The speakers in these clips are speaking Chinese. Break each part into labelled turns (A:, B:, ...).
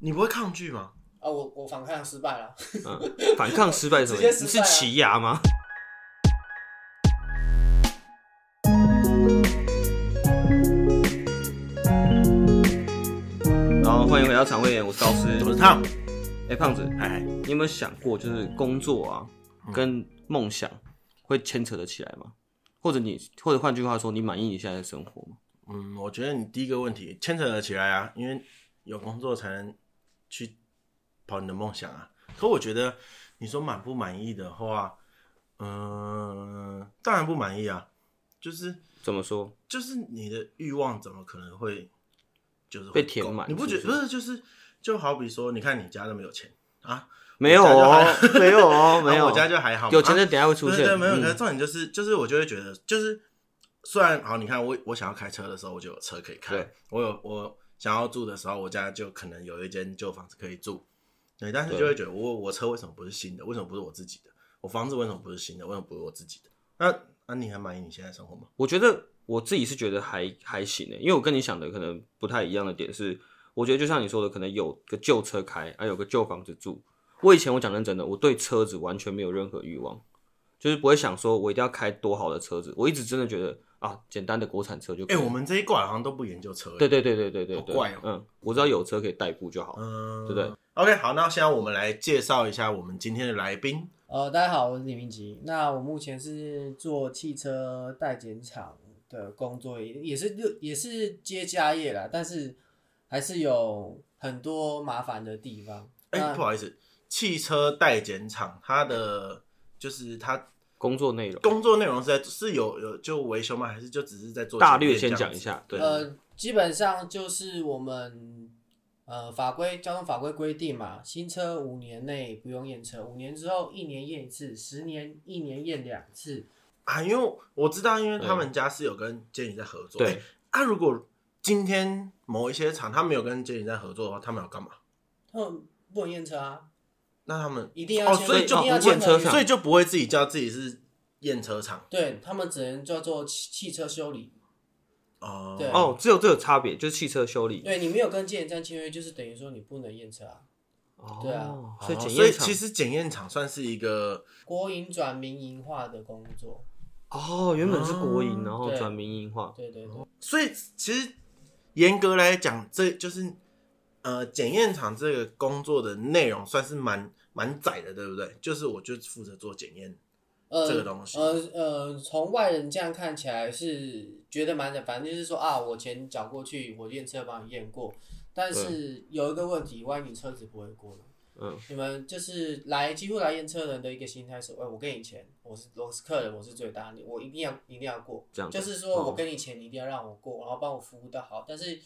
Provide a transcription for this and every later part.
A: 你不会抗拒吗？
B: 啊，我我反抗失败了，
C: 嗯，反抗失败是什么意思？
B: 直
C: 你
B: 接失
C: 是
B: 败啊
C: 奇牙吗？然后欢迎回到肠胃炎，我是高斯。
A: 我是烫，
C: 哎、胖子，
A: 哎，
C: 你有没有想过，就是工作啊
A: 嗯
C: 跟梦想会牵扯得起来吗？或者你，或者换句话说，你满意你现在的生活吗？
A: 嗯，我觉得你第一个问题牵扯了起来啊，因为有工作才能去跑你的梦想啊。可我觉得你说满不满意的话，嗯、当然不满意啊，就是
C: 怎么说？
A: 就是你的欲望怎么可能会就是会
C: 被填
A: 够
C: 满
A: 你不觉
C: 是
A: 得
C: 不
A: 不
C: 是
A: 是就是就好比说，你看你家那么有钱啊，
C: 没有哦，没有哦，
A: 啊
C: 没有。
A: 我家就还好嘛，
C: 有钱
A: 啊
C: 的等一下会出
A: 对
C: 现。
A: 对，没有。
C: 嗯
A: 可是重点就是，就是我就会觉得，就是虽然好，你看我我想要开车的时候，我就有车可以开
C: 对；
A: 我有我想要住的时候，我家就可能有一间旧房子可以住。对，但是
C: 对
A: 就会觉得我我车为什么不是新的？为什么不是我自己的？我房子为什么不是新的？为什么不是我自己的？那那、你还满意你现在生活吗？
C: 我觉得我自己是觉得还还行的，因为我跟你想的可能不太一样的点是，我觉得就像你说的，可能有个旧车开，啊，有个旧房子住。我以前我讲认真的，我对车子完全没有任何欲望，就是不会想说我一定要开多好的车子。我一直真的觉得啊，简单的国产车就可
A: 哎、
C: 以。
A: 我们这一挂好像都不研究车、欸。
C: 对对对对对对
A: 好
C: 对，
A: 怪哦
C: 嗯，我知道有车可以代步就好。
A: 嗯，
C: 对不对
A: ？OK，好，那现在我们来介绍一下我们今天的来宾。
B: 呃，大家好，我是李明吉。那我目前是做汽车代检厂的工作，也也是六也是接家业啦，但是还是有很多麻烦的地方。
A: 哎、
C: 呃
B: 那
A: 不好意思，汽车代检厂它的就是它
C: 工作内容
A: 工作内容是在是有有就维修吗？还是就只是在做
C: 大
A: 检验
C: 略先
A: 这样
C: 讲
A: 子
C: 一？下，对，
B: 呃，
A: 嗯
B: 基本上就是我们呃法规交通法规规定嘛，新车五年内不用验车，五年之后一年验一次，十年一年验两次。
A: 啊，因为我知道，因为他们家是有跟监理在合作。
C: 对
A: 哎，啊，如果今天某一些厂他没有跟监理在合作的话，他们要干嘛？
B: 他们不能验车啊，
A: 那他们
B: 一定要
A: 哦
B: 签
A: 所以
B: 合
A: 就
B: 一定要
A: 不
B: 签
C: 验
B: 合
C: 车
B: 约
C: 上
A: 所以就不会自己叫自己是验车厂
B: 对他们只能叫做汽汽车修理。
A: 哦。
B: 对
C: 哦，只有这个差别，就是汽车修理。
B: 对你没有跟建站签约，就是等于说你不能验车啊。对啊
C: 哦，
A: 哦
C: 所以检
A: 所以
C: 验厂
A: 其实检验厂算是一个
B: 国营转民营化的工作，
C: 哦，原本是国营，
A: 哦
C: 然
B: 嗯
C: 后
B: 对
C: 转民营化。
B: 对对对，
A: 所以其实严格来讲，这就是呃检验厂这个工作的内容算是蛮蛮窄的，对不对？就是我就负责做检验，
B: 呃
A: 这个东西
B: 呃呃，从外人这样看起来是觉得蛮的，反正就是说啊，我钱缴过去，我验车帮你验过，但是有一个问题，万一你车子不会过呢？
C: 嗯，
B: 你们就是来几乎来验车人的一个心态是，哎，我给你钱，我是我是客人，我是最大，你我一定要一定要过，
C: 这样子
B: 就是说我
C: 哦
B: 给你钱，你一定要让我过，然后帮我服务的好。但是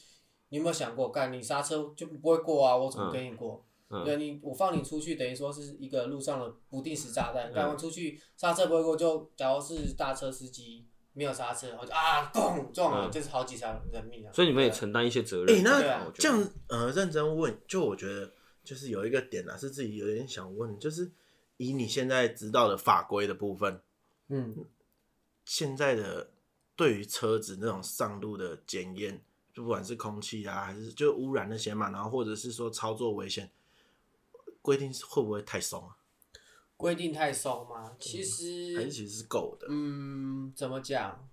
B: 你有没有想过，干你刹车就不会过啊，我怎么给你过？
C: 嗯
B: 对你，我放你出去，等于说是一个路上的不定时炸
C: 嗯
B: 弹。干完出去刹车不会过，就假如是大车司机没有刹车，然后就啊，咚撞了，
C: 嗯
B: 就是好几条人命啊。
C: 所以你们也
B: 对啊
C: 承担一些责任。
A: 哎、
B: 对啊
A: 那
C: 我觉得
A: 这样呃认真问，就我觉得就是有一个点啊，是自己有点想问，就是以你现在知道的法规的部分，
B: 嗯，
A: 现在的对于车子那种上路的检验，就不管是空气啊，还是就污染那些嘛，然后或者是说操作危险，规定是会不会太松啊？
B: 规定太松吗？其
C: 嗯
B: 实
A: 还是其实是够的？
B: 嗯，怎么讲？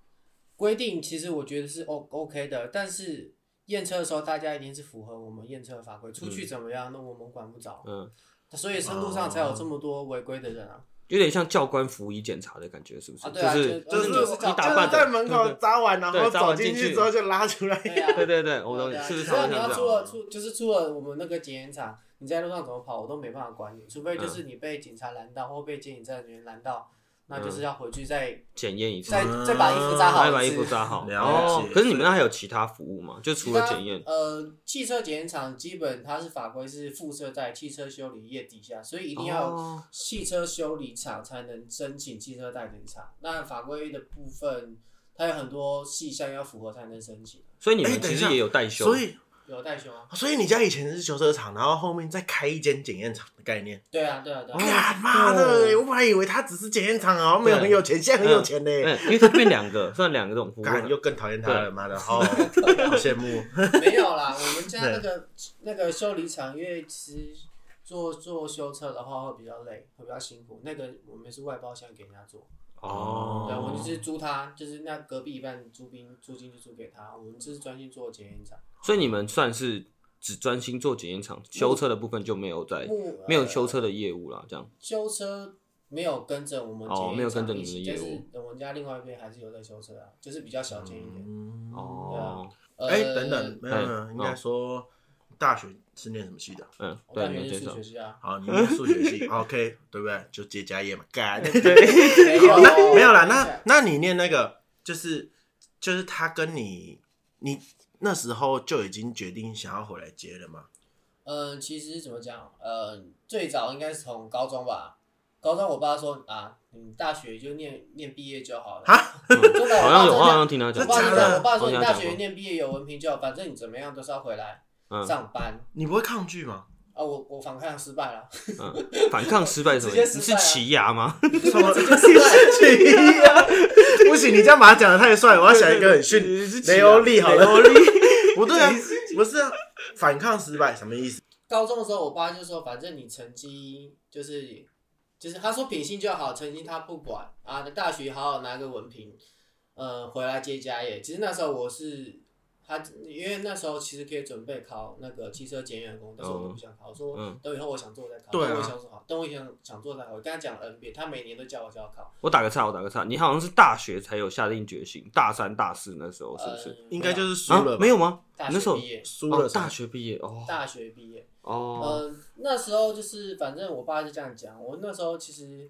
B: 规定其实我觉得是 O OK 的，但是验车的时候大家一定是符合我们验车法规，出去怎么样，那我们管不着，
C: 嗯，
B: 所以深路上才有这么多违规的人 啊。
C: 有点像教官服仪检查的感觉，是不是？
B: 啊对啊
C: 是
B: 就
C: 你
B: 就是
C: 你
B: 教
C: 打扮
A: 就是在门口扎完，然
C: 对
A: 后
C: 扎完
A: 走
C: 进
A: 进
C: 去
A: 去之后就拉出来。
B: 对啊，
C: 对对对，我
B: 对
C: 懂你，
B: 啊
C: 是不是
B: 只
C: 常
B: 要
C: 常
B: 你
C: 这
B: 要
C: 样
B: 出？了出，就是出了我们那个检验场，你在路上怎么跑，我都没办法管你，除非就是
C: 嗯
B: 你被警察拦到或被检警站人员拦到，那就是要回去再
C: 检验一次，
B: 再
C: 然
B: 再把衣服扎好一次，
C: 后嗯把衣服扎好。
A: 了解
C: 哦可是你们那还有其他服务吗？就除了
B: 其他
C: 检验，
B: 呃，汽车检验厂基本它是法规是附设在汽车修理业底下，所以一定要有
C: 哦
B: 汽车修理厂才能申请汽车代检厂。那法规的部分，它有很多细项要符合才能申请。
C: 所以你
A: 哎
C: 们
A: 等一
C: 其实
A: 下哦
C: 也有代修，
A: 所以
B: 有带熊啊，
A: 所以你家以前是修车厂，然后后面再开一间检验厂的概念。
B: 对啊，对啊，对 啊，
A: 干妈的，我本来以为他只是检验厂啊，后面很有钱，现在很有钱呢。
C: 嗯，因为它变两个，算两个这种服务
A: 干
C: 了。
A: 又更讨厌他了，妈的， 好好羡慕。
B: 没有啦，我们家那个那个修理厂，因为其实做做修车的话会比较累，会比较辛苦。那个我们是外包下给人家做，
A: 哦
B: 对，啊我们就是租他，就是那隔壁一半租金租金就租给他，我们就是专心做检验厂。
C: 所以你们算是只专心做检验厂修车的部分，就没有在
B: 目
C: 没有修车的业务啦，这样。
B: 呃修车没有跟着我们
C: 哦
B: 检验厂
C: 没有跟着你
B: 一
C: 们的
B: 起
C: 业务
B: 就是我们家另外一边还是有在修车啊，就是比较小间一点。
A: 嗯，
C: 哦，
B: 呃
A: 哎，等等，没有
C: 哎
A: 没有，应该说大学是念什么系的？
C: 嗯，
B: 我
C: 对，
B: 大
C: 你
B: 学
C: 们
B: 是
C: 介绍
B: 数学。系 啊，
A: 好，你念数学系，OK，对不对？就接家业嘛， 干。
B: 没有
A: 没有啦， 那那你念那个就是就是他跟你你那时候就已经决定想要回来接了嘛？
B: 嗯、其实怎么讲，呃，最早应该是从高中吧。高中我爸说啊，你大学就念念毕业就好了。
A: 啊
B: 真的，我
C: 好像有，我好
B: 爸
C: 像听他
B: 真
A: 真的
B: 的，我爸就
C: 讲过，
B: 这样，我爸
C: 好
B: 说
C: 像
B: 你
C: 有
B: 大
C: 讲过
B: 学念毕业有文凭就好，反正你怎么样都是要回来
C: 嗯
B: 上班。
A: 你不会抗拒吗？
B: 啊，我我反抗失败了，
C: 嗯，反抗失败是什么意思？
B: 直
C: 你是
B: 接失败啊
C: 奇牙吗？
A: 什么奇呀？ 不行，你这样把他讲的太帅，我要想一个很逊。
C: 你是奇亚
A: 雷欧利好了
C: 雷欧利。
A: 不对啊，不是啊，反抗失败什么意思？
B: 高中的时候，我爸就说，反正你成绩就是就是他说品性就好，成绩他不管啊。大学好好拿个文凭，呃，回来接家业。其实那时候我是他，因为那时候其实可以准备考那个汽车检验工，但是我都不想考，我说
C: 嗯
B: 等以后我想做再考，
A: 对啊
B: 等我想做好，等我想想做再考。我跟他讲了 N 遍，他每年都叫我叫我考，
C: 我打个岔，我打个岔，你好像是大学才有下定决心，大三、大四那时候是不
B: 呃
C: 是？，
A: 应该就是输
C: 啊
A: 了，，
C: 没有吗？
B: 大
C: 你那时
B: 学
C: 候
B: 毕业，
A: 输了
C: 哦
A: 才
C: 大学毕业哦
B: 大学毕业。
C: 哦，
B: 嗯，那时候就是反正我爸就这样讲，我那时候其实，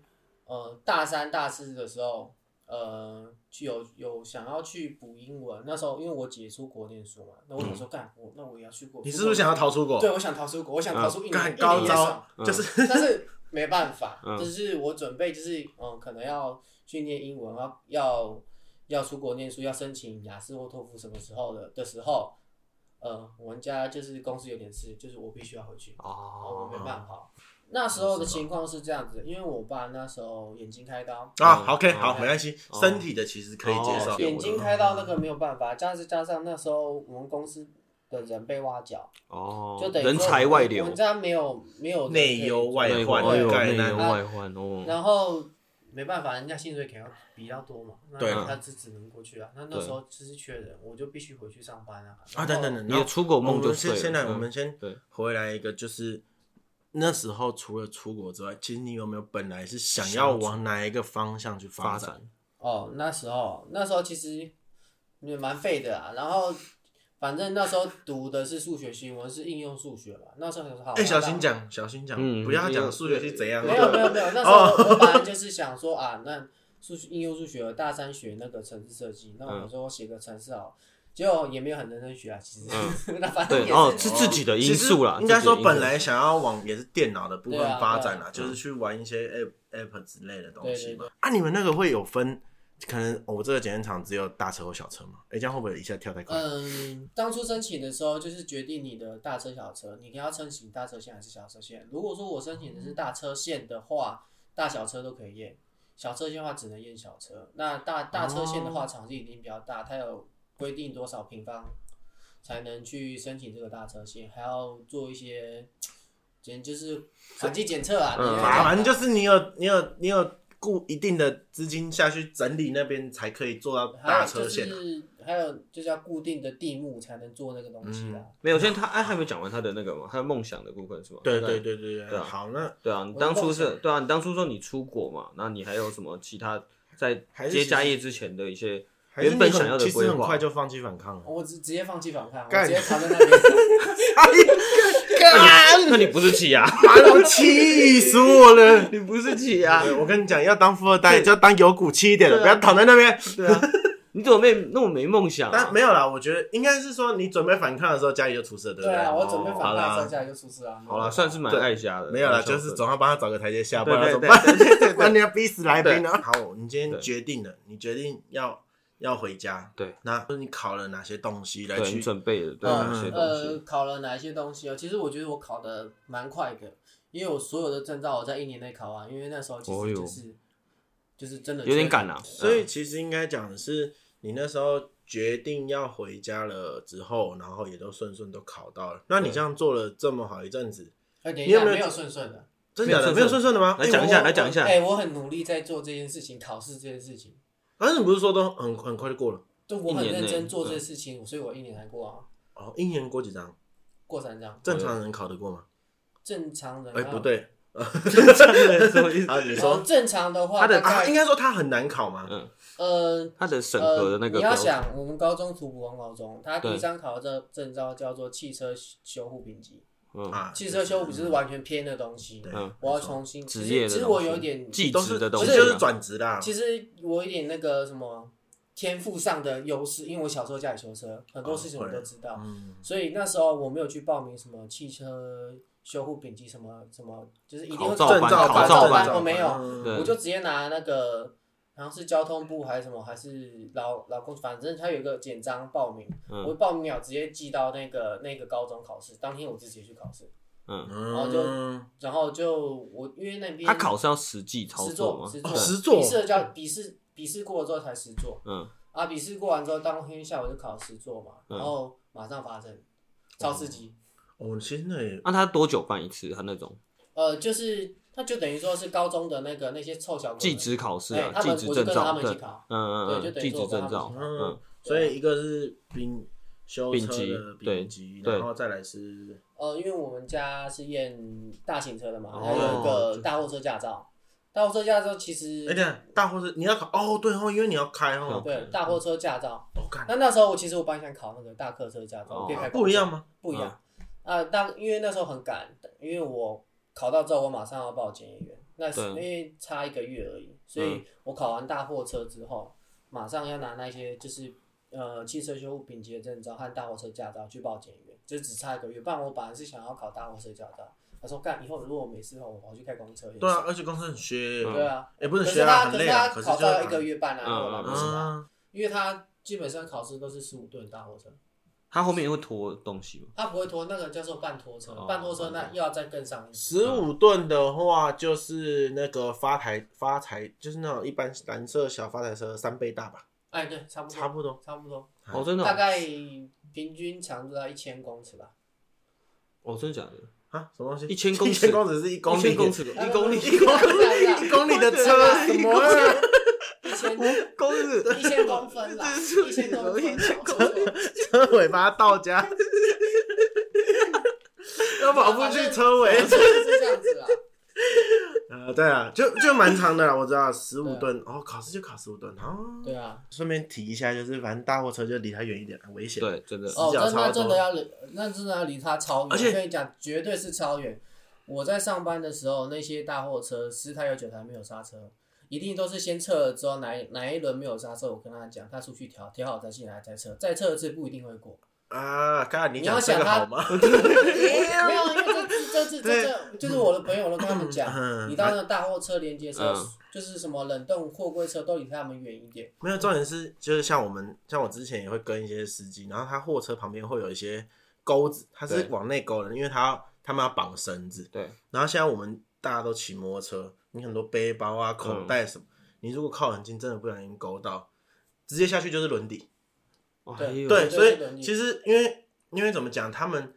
B: 呃，大三大四的时候，呃，去有有想要去补英文，那时候因为我姐出国念书嘛，那我想说干、我那我也要去过，
A: 嗯你是不是想要逃出国？
B: 对，我想逃出国，我想逃出一年，
A: 干
B: 一
A: 高
B: 年也
A: 招
B: 爽，
A: 就是
B: 但是 没办法，
C: 嗯
B: 就是我准备就是嗯，可能要去念英文，要要要出国念书，要申请雅思或托福什么时候的的时候，呃，我们家就是公司有点事，就是我必须要回去。哦，我
C: 哦
B: 没办法。那时候的情况是这样子，因为我爸那时候眼睛开刀，
A: 啊
C: 嗯
A: ，OK，
C: 嗯
A: 好，没关系，
C: 哦
A: 身体的其实可以接
C: 哦
A: 受。
B: 眼睛开刀那个没有办法，加上加上那时候我们公司的人被挖角，
C: 哦
B: 就，等于
C: 人
B: 说
C: 才外
B: 我
C: 流
B: 们，家没有没有人可以
A: 内忧外
C: 内
A: 患哎
C: 哦
A: 的
C: 呦
A: 概
C: 内
A: 念
C: 忧，外患哦，
B: 然后没办法，人家薪水给的比较多嘛，
A: 对
B: 那
A: 啊
B: 他只只能过去啊。那那时候就是缺人，我就必须回去上班啊。
A: 啊，等等，等，
C: 你的出国
A: 我
C: 梦就
A: 们
C: 碎
A: 先
C: 了。
A: 先来，我
C: 嗯
A: 们先
C: 对
A: 回来一个，就是那时候除了出国之外，其实你有没有本来是想要往哪一个方向去
C: 发
A: 展？
C: 展，
B: 哦，那时候那时候其实也蛮废的啊。然后反正那时候读的是数学系，我是应用数学嘛。那时候想说好，
A: 哎，小
B: 那
A: 心讲，小心讲，
C: 嗯
A: 不要讲数学是怎样。
B: 没有没有没有，那时
A: 哦
B: 候我本来就是想说啊，那数学应用数学大三学那个城市设计，那我说写个城市好了，
A: 嗯
B: 结果也没有很认真学啊，其实， 那反正也是、
C: 对，哦，是自己的因素啦，
A: 其实应该说
C: 自己的因
A: 本
C: 素嗯
A: 来想要往也是电脑的部分
B: 对啊
A: 发展
B: 对
A: 啦，就是去玩一些 app app 之类的东西
B: 对对
A: 嘛。啊，你们那个会有分？可能哦我这个检验厂只有大车或小车嘛？哎，这样会不会一下跳太快？
B: 嗯，当初申请的时候就是决定你的大车小车，你要申请大车线还是小车线。如果说我申请的是大车线的话，大小车都可以验，小车线的话只能验小车。那大大车线
A: 哦
B: 的话，场地一定比较大，它有规定多少平方才能去申请这个大车线，还要做一些，简就是环境检测啊，
C: 嗯
B: 你
A: 反正就是你有你有你有固一定的资金下去整理那边，才可以做到
B: 还
A: 大
B: 有
A: 车
B: 就
A: 线啊。
B: 是还有就是要固定的地目才能做那个东西啦。
A: 嗯
C: 没有，现在他哎还没讲完他的那个嘛，他的梦想的部分是吗？
A: 对对对对
C: 对
A: 对，
C: 啊
A: 好，那
C: 对啊，你
B: 我的
C: 当初
B: 梦
C: 是
B: 想
C: 对啊，你当初说你出国嘛，那你还有什么其他在
A: 还是
C: 接
A: 其实
C: 家业之前的一些
A: 还是
C: 原
A: 你
C: 本
A: 很
C: 想要的
A: 其
C: 规
A: 实很
C: 划
A: 快？就放弃反抗了。
B: 我直直接放弃反抗，我
A: 干
B: 直接躺在那边。
A: 啊
C: 那你不是起啊？
A: 妈哎的，我气死 我 了！
C: 你不是起啊？
A: 对我跟你讲，要当富二代就要当有骨气一点的，
C: 对
A: 不
C: 啊
A: 要躺在那边。
C: 对啊，你怎么没那么没梦想啊
A: 但？没有啦，我觉得应该是说你准备反抗的时候，家里就出事了，对不
B: 对啊，我准备
A: 好
B: 反
A: 啦
B: 抗，剩下来就出事啊。
C: 好了，算是蛮爱家的。
A: 没有啦，
C: 蛮孝
A: 就
C: 顺
A: 是总要帮他找个台阶下，不
C: 对
A: 然
C: 对
A: 怎么
C: 对
A: 办？
C: 对对对
A: 不然你要逼死来宾啊！好，你今天决定了，你决定要要回家，
C: 对，
A: 那你考了哪些东西来
C: 对，你
A: 去？
C: 准备的对
A: 嗯
C: 哪些东
B: 呃
C: 西？，
B: 考了哪一些东西哦？其实我觉得我考的蛮快的，因为我所有的证照我在一年内考完，因为那时候其
C: 哦
B: 实
C: 呦
B: 就是、就是真的
C: 有
B: 觉
C: 点
B: 得
C: 赶 啊，
A: 所以其实应该讲的是，你那时候决定要回家了之后，然后也都顺顺都考到了。那你这样做了这么好一阵子，
B: 哎，等一
A: 你有
B: 下，
A: 没有
B: 没有顺顺的。
A: 真的假的？没
C: 没
A: 有
C: 有
A: 顺
C: 顺
A: 顺的吗？
C: 来
A: 哎
C: 讲一下
A: 我
C: 来讲一下
B: 哎、我很努力在做这件事情，考试这件事情，
A: 反正你不是说都很很快就过了？
B: 就我很
C: 一年内
B: 认真做这件事情，所以我一年才过啊，
A: 哦，一年过几张？
B: 过三张。
A: 正常人考得过吗？
B: 正常人
A: 哎，
B: 啊
A: 不，对，
C: 嗯什么意思？
A: 啊，你
B: 哦
A: 说
B: 正常的话，
C: 他的
B: 大
A: 啊，
B: 概
A: 应该说他很难考吗？
C: 嗯，
B: 呃
C: 他的审核的那
B: 呃
C: 个
B: 你要
C: 标准，
B: 想，我们高中读普通高中，他第一
C: 对
B: 张考的证照叫做汽车修护评级，
C: 嗯，
A: 啊，
B: 汽车修护评级是完全偏的东西
A: 对。
C: 嗯
B: 我要重新
C: 职业的
B: 其实其实
C: 东
B: 我
C: 西
B: 有点，
C: 技
A: 嗯都是
C: 职的东西
A: 其
C: 啊，
A: 实就是转职啦。
B: 其实我有点那个什么天赋上的优势，因为我小时候家里修车，很多事情我都知道，
A: 嗯，
B: 所以那时候我没有去报名什么汽车修护评级什么什么，就是一定会
C: 考照班
B: 考
C: 考
B: 照
C: 照班
B: 我没有，
A: 嗯
B: 我就直接拿那个，好像是交通部还是什么，还是劳劳工，反正他有一个简章报名，
C: 嗯
B: 我报名表直接寄到那个那个高中考试，当天我自己去考试，
C: 嗯，
A: 嗯
B: 后就然后就我因为那边
C: 他考是要实际操
B: 实
C: 作
B: 做
C: 吗？
B: 实
A: 哦
B: 做
A: 实作
B: 笔试的叫笔试，笔试过了之后才实做
C: 嗯，
B: 啊，笔试过完之后当天下午就考实做嘛，
C: 嗯哦
B: 然后马上发证，超刺激，
A: 我其实那哦也
C: 那他多久办一次？他那种
B: 呃，就是他就等于说是高中的那个那些臭小鬼
C: 技
B: 们，
C: 职考试
B: 哎
C: 啊，
B: 他
C: 技
B: 们
C: 职
B: 我就
C: 证
B: 跟着他
C: 照，
B: 们一
C: 对
B: 起，考，
C: 嗯嗯
B: 对
C: 嗯，
B: 就等
C: 技
B: 于说
C: 职
B: 我跟
C: 证
B: 他们一
C: 照
B: 起，考。
A: 嗯，所以一个是兵修车
C: 丙级
A: 的丙
C: 对
A: 级，
C: 对
A: 然后再来是
B: 呃，因为我们家是验大型车的嘛，
C: 哦
B: 还有一个大货车驾照。大货车驾照其实
A: 哎，等一下大货车你要考哦，对哦，因为你要开哦，
B: 对啊大货车驾照。
A: 我看
B: 那那时候我其实我本来想考那个大客车驾照，
C: 哦
B: 可以开
A: 不一样吗？
B: 不一样。
C: 嗯
B: 啊，当因为那时候很赶，因为我考到之后我马上要报检验员，那是因
C: 对嗯
B: 为差一个月而已，所以我考完大货车之后，马上要拿那些就是呃汽车修护丙级的证照和大货车驾照去报检验员，就只差一个月。不然我本来是想要考大货车驾照，他说干以后如果我没事的话，我跑去开公车也
A: 对啊，
B: 行。
A: 而且公司很削，
B: 对啊，
A: 也不
B: 可
A: 能
B: 是
A: 削啊，
B: 他
A: 很
B: 可
A: 累
B: 是
A: 啊，
B: 他
A: 可是
B: 考
A: 就
B: 到一个月半啊，
C: 嗯
B: 我来不及啊，
A: 嗯，
B: 因为他基本上考试都是十五吨大货车。
C: 他后面也会拖东西吗？
B: 他不会拖，那个叫做半拖车，
C: 哦
B: 半拖车那又要再更上一级。
A: 十五吨的话就是那个发财发财，就是那种一般蓝色小发财车三倍大吧，
B: 哎，对，差不多，
A: 差不多。
B: 差不多，
A: 啊
C: 哦，真的
B: 大
C: 哦，
B: 概平均长度在一千公尺吧。
C: 哦，真的假的？
A: 啊，什么东西？
C: 一千公尺
A: 一千公尺是一公
C: 一
A: 里，
C: 千公尺，
B: 哎
C: 一公里，
B: 不是不是不 是
A: 一公里的车什么啊？
B: 一千
C: 公尺，
B: 一千公分啦，一千公分，
A: 车尾巴到家，要跑步去车尾
B: 反。正 就是这样子啦。
A: 呃，对啊，就就蛮长的啦，我知道十五吨，哦，考试就考十五吨哦。
B: 对啊，
A: 顺便提一下，就是反正大货车就离它远一点，危险。，
C: 对，真的，
B: 哦，
A: 死角
B: 真
A: 差
B: 的
A: 不多
B: 真的要离，那真的要离他超远。
A: 而且
B: 我跟你讲，绝对是超远。我在上班的时候，那些大货车十台有九台没有刹车，一定都是先测了之后哪一哪一轮没有刹车，我跟他讲，他出去调，调好再进来再测，再测一次不一定会过。
A: 啊，刚才你
B: 你
A: 讲
B: 要
A: 这
B: 想
A: 个
B: 他
A: 好吗？
B: 没有，因为这这这这这就是我的朋友都跟他们讲，
A: 嗯
B: 你到那个大货车连接车
C: 嗯，
B: 就是什么冷冻货柜车都离他们远一点。
A: 没有，重点是就是像我们，像我之前也会跟一些司机，然后他货车旁边会有一些钩子，它是
C: 对
A: 往内勾的，因为他要他们要绑绳子。
C: 对，
A: 然后现在我们大家都骑摩托车，你很多背包啊、
C: 嗯
A: 口袋什么，你如果靠很近，真的不小心勾到，直接下去就是轮底。
C: 哦
B: 对
C: 还有
A: 对，
B: 对
A: 所以
B: 是轮底
A: 其实因为因为怎么讲，他们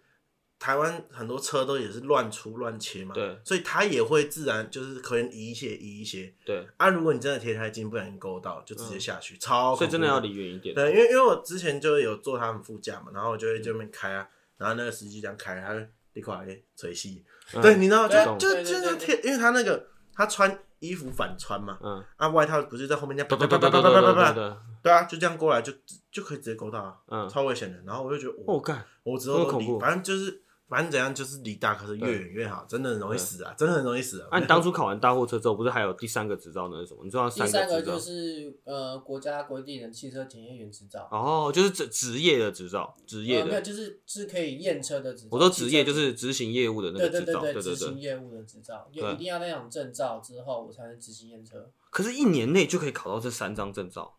A: 台湾很多车都也是乱出乱切嘛，
C: 对，
A: 所以他也会自然就是可能移一些移一些。
C: 对，
A: 啊，如果你真的贴太近，不小心勾到，就直接下去，超
C: 嗯所以真的
A: 恐怖哦
C: 要离远一点，
A: 对，因为因为我之前就有坐他们副驾嘛，然后我就会
C: 嗯
A: 这边开啊，然后那个司机这样开，他就立刻来垂膝，
C: 嗯
A: 对，你知道
B: 对
A: 就就
B: 对对
A: 就就
B: 对
A: 贴，因为他那个他穿衣服反穿嘛，
C: 嗯，
A: 啊外套不是在后面这样
C: 对
A: 叭
C: 对
A: 叭叭
C: 对对
A: 叭叭叭叭
C: 对对
A: 叭
C: 对
A: 叭，
C: 对，
A: 对啊，就这样过来就就可以直接勾到啊，
C: 嗯，
A: 超危险的。然后我就觉得
C: 我
A: 我
C: 哦干，
A: 我之后
C: 那
A: 都
C: 么恐
A: 离，
C: 怖
A: 反正就是反正怎样就是离大客车越
C: 对
A: 远越好，真的很容易
C: 对
A: 死啊，真的很容易死啊。
C: 啊，你当初考完大货车之后，不是还有第三个执照呢？是什么？你知道
B: 第三
C: 个
B: 个
C: 执照
B: 就？是呃国家规定的汽车检验员执照，
C: 哦，就是职职业的执照，职业
B: 呃没有
C: 的。
B: 就是是可以验车的执照。
C: 我说职业就
B: 汽车
C: 是执行业务的那
B: 对
C: 个
B: 对
C: 执照，
B: 对
C: 对
B: 执
C: 对
B: 行
C: 对。
B: 业务的执照，有
C: 对
B: 一定要那种证照之后我才能执行验车。
C: 可是，一年内就可以考到这三张证照，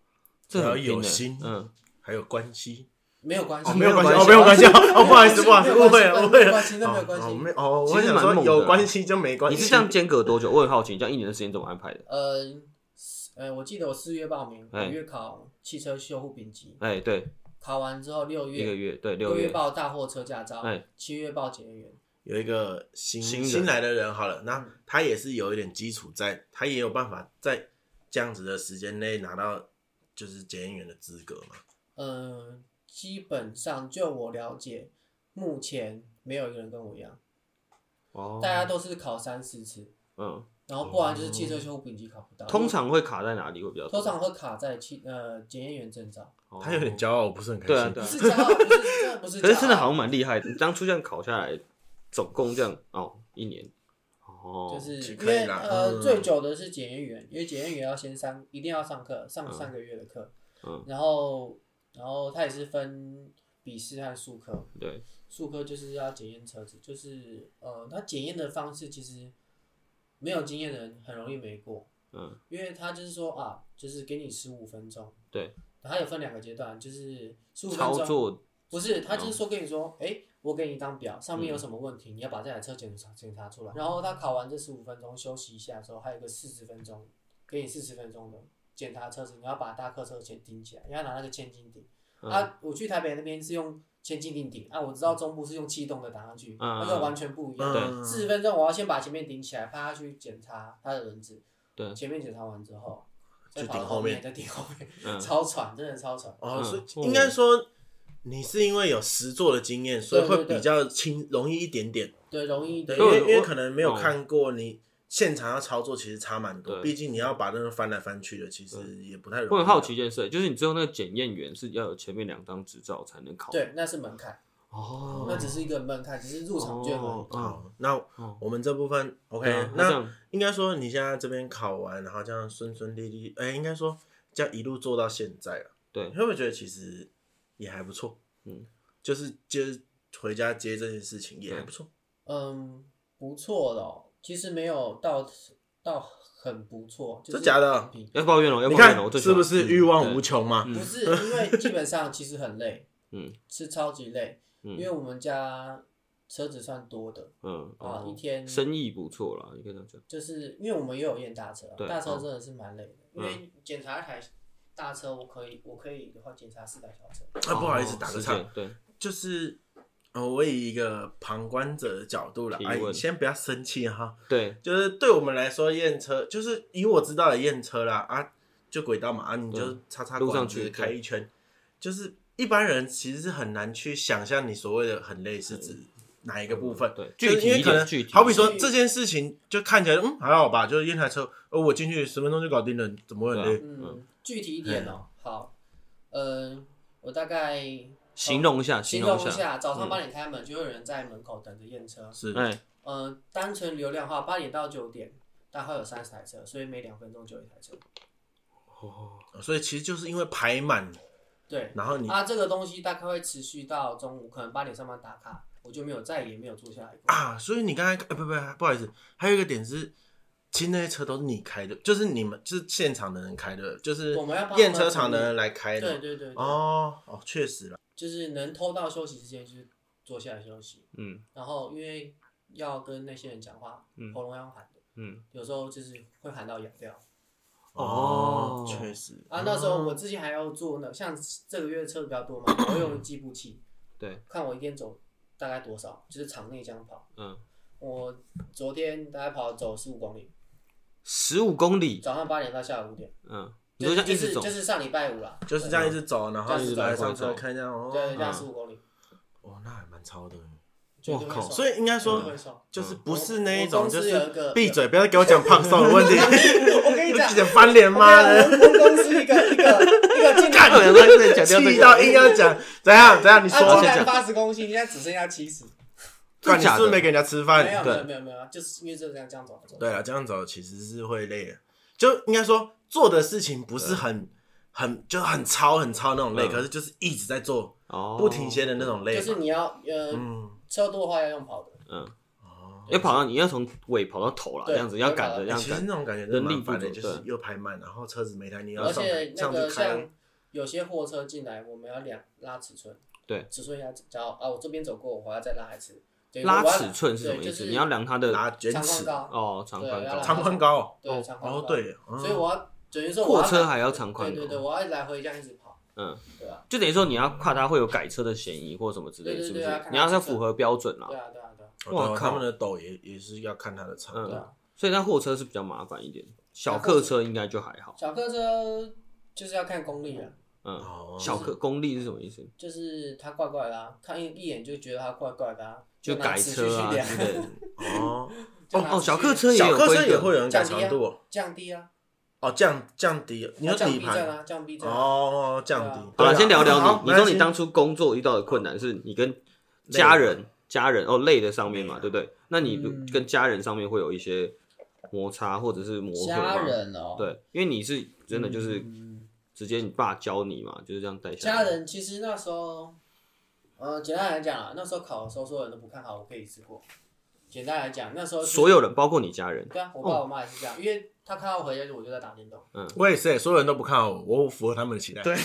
A: 只
C: 这
A: 要
C: 很拼
A: 有
C: 的
A: 心，
C: 嗯，
A: 还有关系，
B: 没有关系，啊
A: 没有关系，哦，
C: 关
A: 没
C: 系
A: 有关系，哦，不好意思，不好意思，
B: 没有
A: 误
B: 关
A: 会
B: 系
A: 了，误会了，
B: 没有关系那没有关系
A: 哦哦没有哦，
C: 其
A: 我
C: 实
A: 想
C: 蛮
A: 说
C: 猛的
A: 有
C: 啊
A: 关系就没关
C: 你
A: 系，
C: 是这样间隔多久？我很好奇，你这样一年的时间怎么安排的？
B: 呃，呃，我记得我四月报名，五
C: 哎
B: 月考汽车修护丙级，
C: 哎，对，
B: 考完之后六
C: 一个
B: 月
C: 月，对，
B: 六
C: 六月，
B: 报大货车驾照
C: 哎，
B: 七月报检员，
A: 有一个新
C: 新嗯人
A: 来的人好了，那他也是有一点基础在，他也有办法在这样子的时间内拿到就是检验员的资格嘛。
B: 呃，基本上就我了解，目前没有一个人跟我一样，
C: 哦
B: 大家都是考三四次，
C: 嗯，
B: 然后不然就是汽车修护丙级考不到，
C: 通常会卡在哪里会比较多？
B: 通常会卡在汽呃检验员证照，
C: 哦
A: 他有点骄傲，我不是很开心。
C: 对啊，对
B: 不
C: 啊
B: 是。骄傲，不是真的不是骄傲，
C: 可是真的好像蛮厉害的，你当初这样考下来，总共这样哦，一年，哦，
B: 就是
A: 其实
B: 因
A: 可以
B: 为
A: 啦
B: 呃
A: 嗯
B: 最久的是检验员，因为检验员要先上，一定要上课，上上个月的课，
C: 嗯
B: 然后然后他也是分笔试和术科，
C: 对，
B: 术科就是要检验车子，就是呃他检验的方式其实没有经验的人很容易没过，
C: 嗯，
B: 因为他就是说啊，就是给你十五分钟，
C: 对，
B: 他有分两个阶段，就是十五分
C: 操
B: 钟，
C: 作嗯
B: 不是他就是说跟你说，哎、我给你一张表，上面有什么问题，你要把这台车检查检查
C: 嗯
B: 出来。然后他考完这十五分钟休息一下之后，还有一个四十分钟，给你四十分钟的检查车子，你要把大客车钳钉起来，你要拿那个千斤顶。
C: 嗯
B: 啊，我去台北那边是用千斤顶顶，啊，我知道中部是用气动的打上去，
C: 嗯
B: 那个完全不一样。
C: 啊
A: 对
B: 四十分钟我要先把前面顶起来，怕他去检查他的轮子。
C: 对
B: 前面检查完之后，
A: 就
B: 再跑
A: 顶
B: 到
A: 后
B: 面，
A: 面
B: 再顶后面，
C: 嗯
B: 超喘，真的超喘。
A: 哦，
C: 嗯
A: 所以
C: 哦
A: 应该说你是因为有实做的经验，所以会
B: 对对
A: 比较轻容易一点点。
B: 对，容易一
A: 对，
B: 点
A: 因。为
C: 对我
A: 因为可能没有
C: 哦
A: 看过你现场要操作，其实差蛮多。
C: 对
A: 毕竟你要把那个翻来翻去的，其实也不太容易。
C: 我很好，奇一件事，就是你最后那个检验员是要有前面两张执照才能考。，
B: 对，那是门槛，
C: 哦，
B: 那只是一个门槛，只是入场券而已。
C: 哦，
A: 好，那
C: 哦
A: 我们这部分 OK，、
C: 对啊那这
A: 哎那
C: 样
A: 应该说你现在这边考完，然后这样顺顺利利，哎、应该说这样一路做到现在了，
C: 对
A: 你会不会觉得其实也还不错？
C: 嗯，
A: 就是接回家接这件事情也还不错。
B: 嗯，不错的哦，其实没有到到很不错，就是
A: 真假的
B: 平平
C: 要抱怨了，哦要
A: 你
C: 抱怨了，我
A: 看
C: 最喜
A: 是
C: 欢嗯
A: 不是欲望无？穷嘛？
B: 不是因为基本上其实很累，
C: 嗯，
B: 是超级累，
C: 嗯
B: 因为我们家车子算多的
C: 嗯，
B: 啊，
C: 哦
B: 一天
C: 生意不错啦，你可以这样讲。
B: 就是因为我们也有验大车啊，
C: 对
B: 大车
C: 嗯
B: 真的是蛮累的，因为检查一台大车，我可以我可以的话检查四台小车，
A: 啊，不好意思，
C: 哦
A: 打个
C: 时
A: 岔，
C: 间对，
A: 就是，呃，我以一个旁观者的角度来，
C: 提
A: 哎，
C: 问
A: 你先不要生气哈。
C: 对，
A: 就是对我们来说，验车就是以我知道的验车啦啊，就轨道嘛啊，你就擦擦
C: 嗯路上
A: 管
C: 去
A: 子开一圈，就是一般人其实是很难去想象你所谓的很累是指哪一个部分。
C: 嗯对
A: 就是
C: 具体
A: 因为
C: 一
A: 可
C: 点
A: 能
C: 具体
A: 好比说
B: 具体
A: 这件事情，就看起来嗯还好吧，就是验台车，呃，我进去十分钟就搞定了，怎么会很
C: 对
A: 累
C: 啊？
B: 嗯
C: 嗯，
B: 具体一点哦，好，嗯，我大概
C: 形容一下，
B: 形
C: 容
B: 容
C: 一
B: 一，下，早上八点开门，就会有人在门口等着验车。
A: 是，
C: 哎，
B: 呃，单纯流量的话，八点到九点大概有三十台车，所以每两分钟就有一台车。
C: 哦，
A: 所以其实就是因为排满，
B: 对，
A: 然后你
B: 啊，这个东西大概会持续到中午，可能八点上班打卡，我就没有再也没有坐下来过。
A: 啊，所以你刚才、呃不不不好意思，还有一个点是，其实那些车都是你开的，就是你们就是现场的人开的，就是
B: 我们要帮他们
A: 验车场的人来开
B: 对
A: 的。
B: 对对，对
A: 哎哦哦，确实了，
B: 就是能偷到休息时间，就是坐下来休息。
C: 嗯
B: 然后因为要跟那些人讲话，
C: 嗯
B: 喉咙要喊的，
C: 嗯，
B: 有时候就是会喊到哑掉。
C: 哦
A: 确实
B: 啊，那时候我之前还要做呢，像这个月车比较多嘛，我用计步器，
C: 对，
B: 看我一天走大概多少，就是场内这样跑。
C: 嗯，
B: 我昨天大概跑走十五公里，
C: 十五公里，
B: 早上八点到下午五点。
C: 嗯，你
B: 就是
C: 说像
B: 就
C: 一直
B: 是
C: 走
B: 就， 是上礼拜五啦，
A: 就是这样一直走，然后
B: 就是
A: 一直来
C: 走
A: 上车
C: 走
A: 看这样哦
B: 对，，对，这样
C: 嗯
B: 十五公里，
A: 哦，那还蛮超的。
B: 绝对
C: 哇
B: 会
C: 靠
B: 瘦
A: 所以应该
B: 绝对
A: 说
B: 会，瘦。
A: 就是
C: 嗯
A: 不是那一
B: 我
A: 种，
B: 我公
A: 就
B: 司有一
A: 是
B: 个
A: 闭嘴，不要给我讲胖瘦的问 题，
B: 我跟你讲
A: 就，讲翻脸妈
B: 我
A: 的，
B: 们公司一个一个一个进
A: 干
B: 来，
C: 对，他在讲 掉这
A: 气
C: 个
A: 到硬要讲，怎样怎 样？你
B: 他
A: 说
B: 进
C: 现，
B: 来
C: 在
B: 啊八十公斤，现在只剩下七十。
A: 干你
C: 假
A: 是不是
C: 的
A: 没给人家吃
B: 没有
A: 饭？
B: 没
C: 对
B: 有没有没有，就是因为就这样这样走走。
A: 对啊，这样走其实是会累的，就应该说做的事情不是很很就很超很超那种累，
C: 嗯
A: 可是就是一直在做
C: 哦，
A: 不停歇的那种累
B: 就
A: 嘛。
B: 是你要呃
A: 嗯，
B: 车多的话要用跑的，
C: 嗯，
A: 哦
C: 要跑到你要从尾跑到头啦，
B: 对哎
C: 这样子要赶着这
A: 欸
C: 样
A: 其实
C: 赶，
A: 那种感觉真的蛮烦的，
C: 人力不
A: 就
C: 足
A: 是又排慢，然后车子没台，你要
B: 而
A: 上
B: 且
A: 这
C: 啊
A: 样
B: 那个
A: 子开
B: 像有些货车进来，我们要量拉尺寸，
C: 对，
B: 尺寸要找啊，我这边走过，我要再拉一次。对
C: 拉
B: 我要
C: 尺寸是什么
B: 对
C: 意
B: 就
C: 思？
B: 是
C: 你要量它的
A: 拿卷
B: 长宽
A: 尺，
B: 高，
C: 哦，长
B: 对啊
C: 宽
B: 要
C: 高
B: 拉，
A: 长宽高，
B: 对，长宽高。
A: 哦，对，嗯
B: 所以我要等于说我
C: 货
B: 要
C: 车
B: 来
C: 还要长宽
B: 对对
C: 高，
B: 对，我要来回这样一直跑。
C: 嗯，
B: 对啊，
C: 就等于说你要跨它会有改车的嫌疑或什么之类
B: 对
C: 的，
B: 对
C: 是不是
B: 对啊？
C: 你要
B: 看它
C: 是
B: 尺寸
C: 符合标准啦
B: 对，啊，对啊，对啊，
A: 哦对
C: 哇
A: 哦
C: 靠
A: 他们的斗也也是要看它的长
C: 嗯
B: 对
A: 度，
B: 啊。
C: 所以那货车是比较麻烦一点，小
B: 小
C: 客
B: 客
C: 车应该就还好。
B: 小客车就是要看功力啊，
C: 嗯，
A: 哦，
C: 小 客功力是什么意思？
B: 就是它怪怪的啊，看一一眼就觉得它怪怪的啊，
C: 就
B: 拿
C: 改
B: 尺
C: 车啊
B: 去量
C: 之类的。
A: 哦，
B: 就拿
C: 哦，
B: 尺
C: 小
B: 去
C: 客车也
A: 小
C: 有
A: 客
C: 规
A: 车
C: 格
A: 也会有人改
B: 降低
A: 长
B: 啊
A: 度哦
B: 降低啊，
A: 哦，降降低，你
B: 要
A: 说
B: 降
A: 底
B: 低站
A: 盘
B: 啊，降低站啊，
A: 哦，降低
B: 对啊。
C: 好
A: 对啊
C: 了，先聊聊
A: 好
C: 你。你
A: 没
C: 说
A: 关系
C: 你当初工作遇到的困难是你跟家人、家人哦累的上面嘛，
A: 累啊
C: 对不对？那你
B: 嗯
C: 跟家人上面会有一些摩擦或者是磨合
B: 家
C: 吗？
B: 人哦，
C: 对，因为你是真的就是
B: 嗯
C: 直接你爸教你嘛，就是这样带下
B: 家
C: 来。
B: 人其实那时候，呃，简单来讲啊，那时候考的时候，所有人都不看好我可以一次过。简单来讲，那时候就是
C: 所有人，包括你家人，
B: 对啊，我爸我妈也是这样，因为他看到我回家就我就在打电动，
A: 我也是，所有人都不看好我，我符合他们的期待。对，
B: 不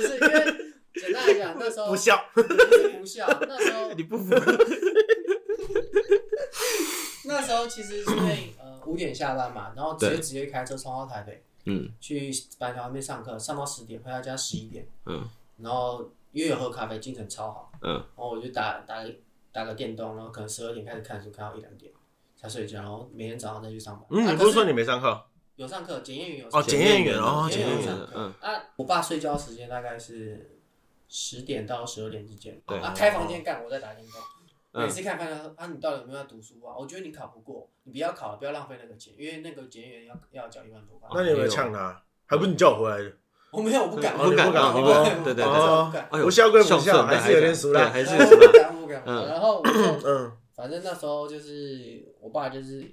B: 是因为简单来讲，那时候
A: 不笑。
B: 不是不孝，那时候
C: 你不服？
B: 那时候其实是因为呃五点下班嘛，然后直接
C: 对
B: 直接开车冲到台北
C: 嗯
B: 去板桥那边上课，上到十点，回到家十一点，
C: 嗯
B: 然后因为有喝咖啡，精神超好。
C: 嗯，
B: 然后我就打打打个电动，然后可能十二点开始看书，看到一两点才睡觉，然后每天早上再去上班。
A: 嗯，
B: 啊、
A: 你不是说
B: 可
A: 你没上课？
B: 有上课？检验员有上
A: 哦，
B: 课
A: 检验员哦，
B: 检
A: 检
B: 验
A: 验员
B: 员上课
C: 嗯
B: 啊，我爸睡觉时间大概是十点到十二点之间。
C: 对
B: 啊，开房间干，我在打电动。
C: 嗯
B: 每次看看他说啊，你到底有没有要读书啊？我觉得你考不过，你不要考了，不要浪费那个钱，因为那个检验员要要缴一万多块。
A: 那你有没有呛他？还不是你叫我回来的？
B: 我没有，我不敢，
A: 哦你不敢
B: 我
A: 哦
B: 敢，
C: 对对对
B: 我不敢，
C: 哎呦
A: 不笑归不
C: 孝顺
A: 笑，
C: 的
A: 还是有点俗啦。
C: 还是
B: 我
C: 有
B: 不
C: 什么？
B: 敢，我不敢。
C: 嗯
B: 然后我就
A: 嗯
B: 反正那时候就是我爸就是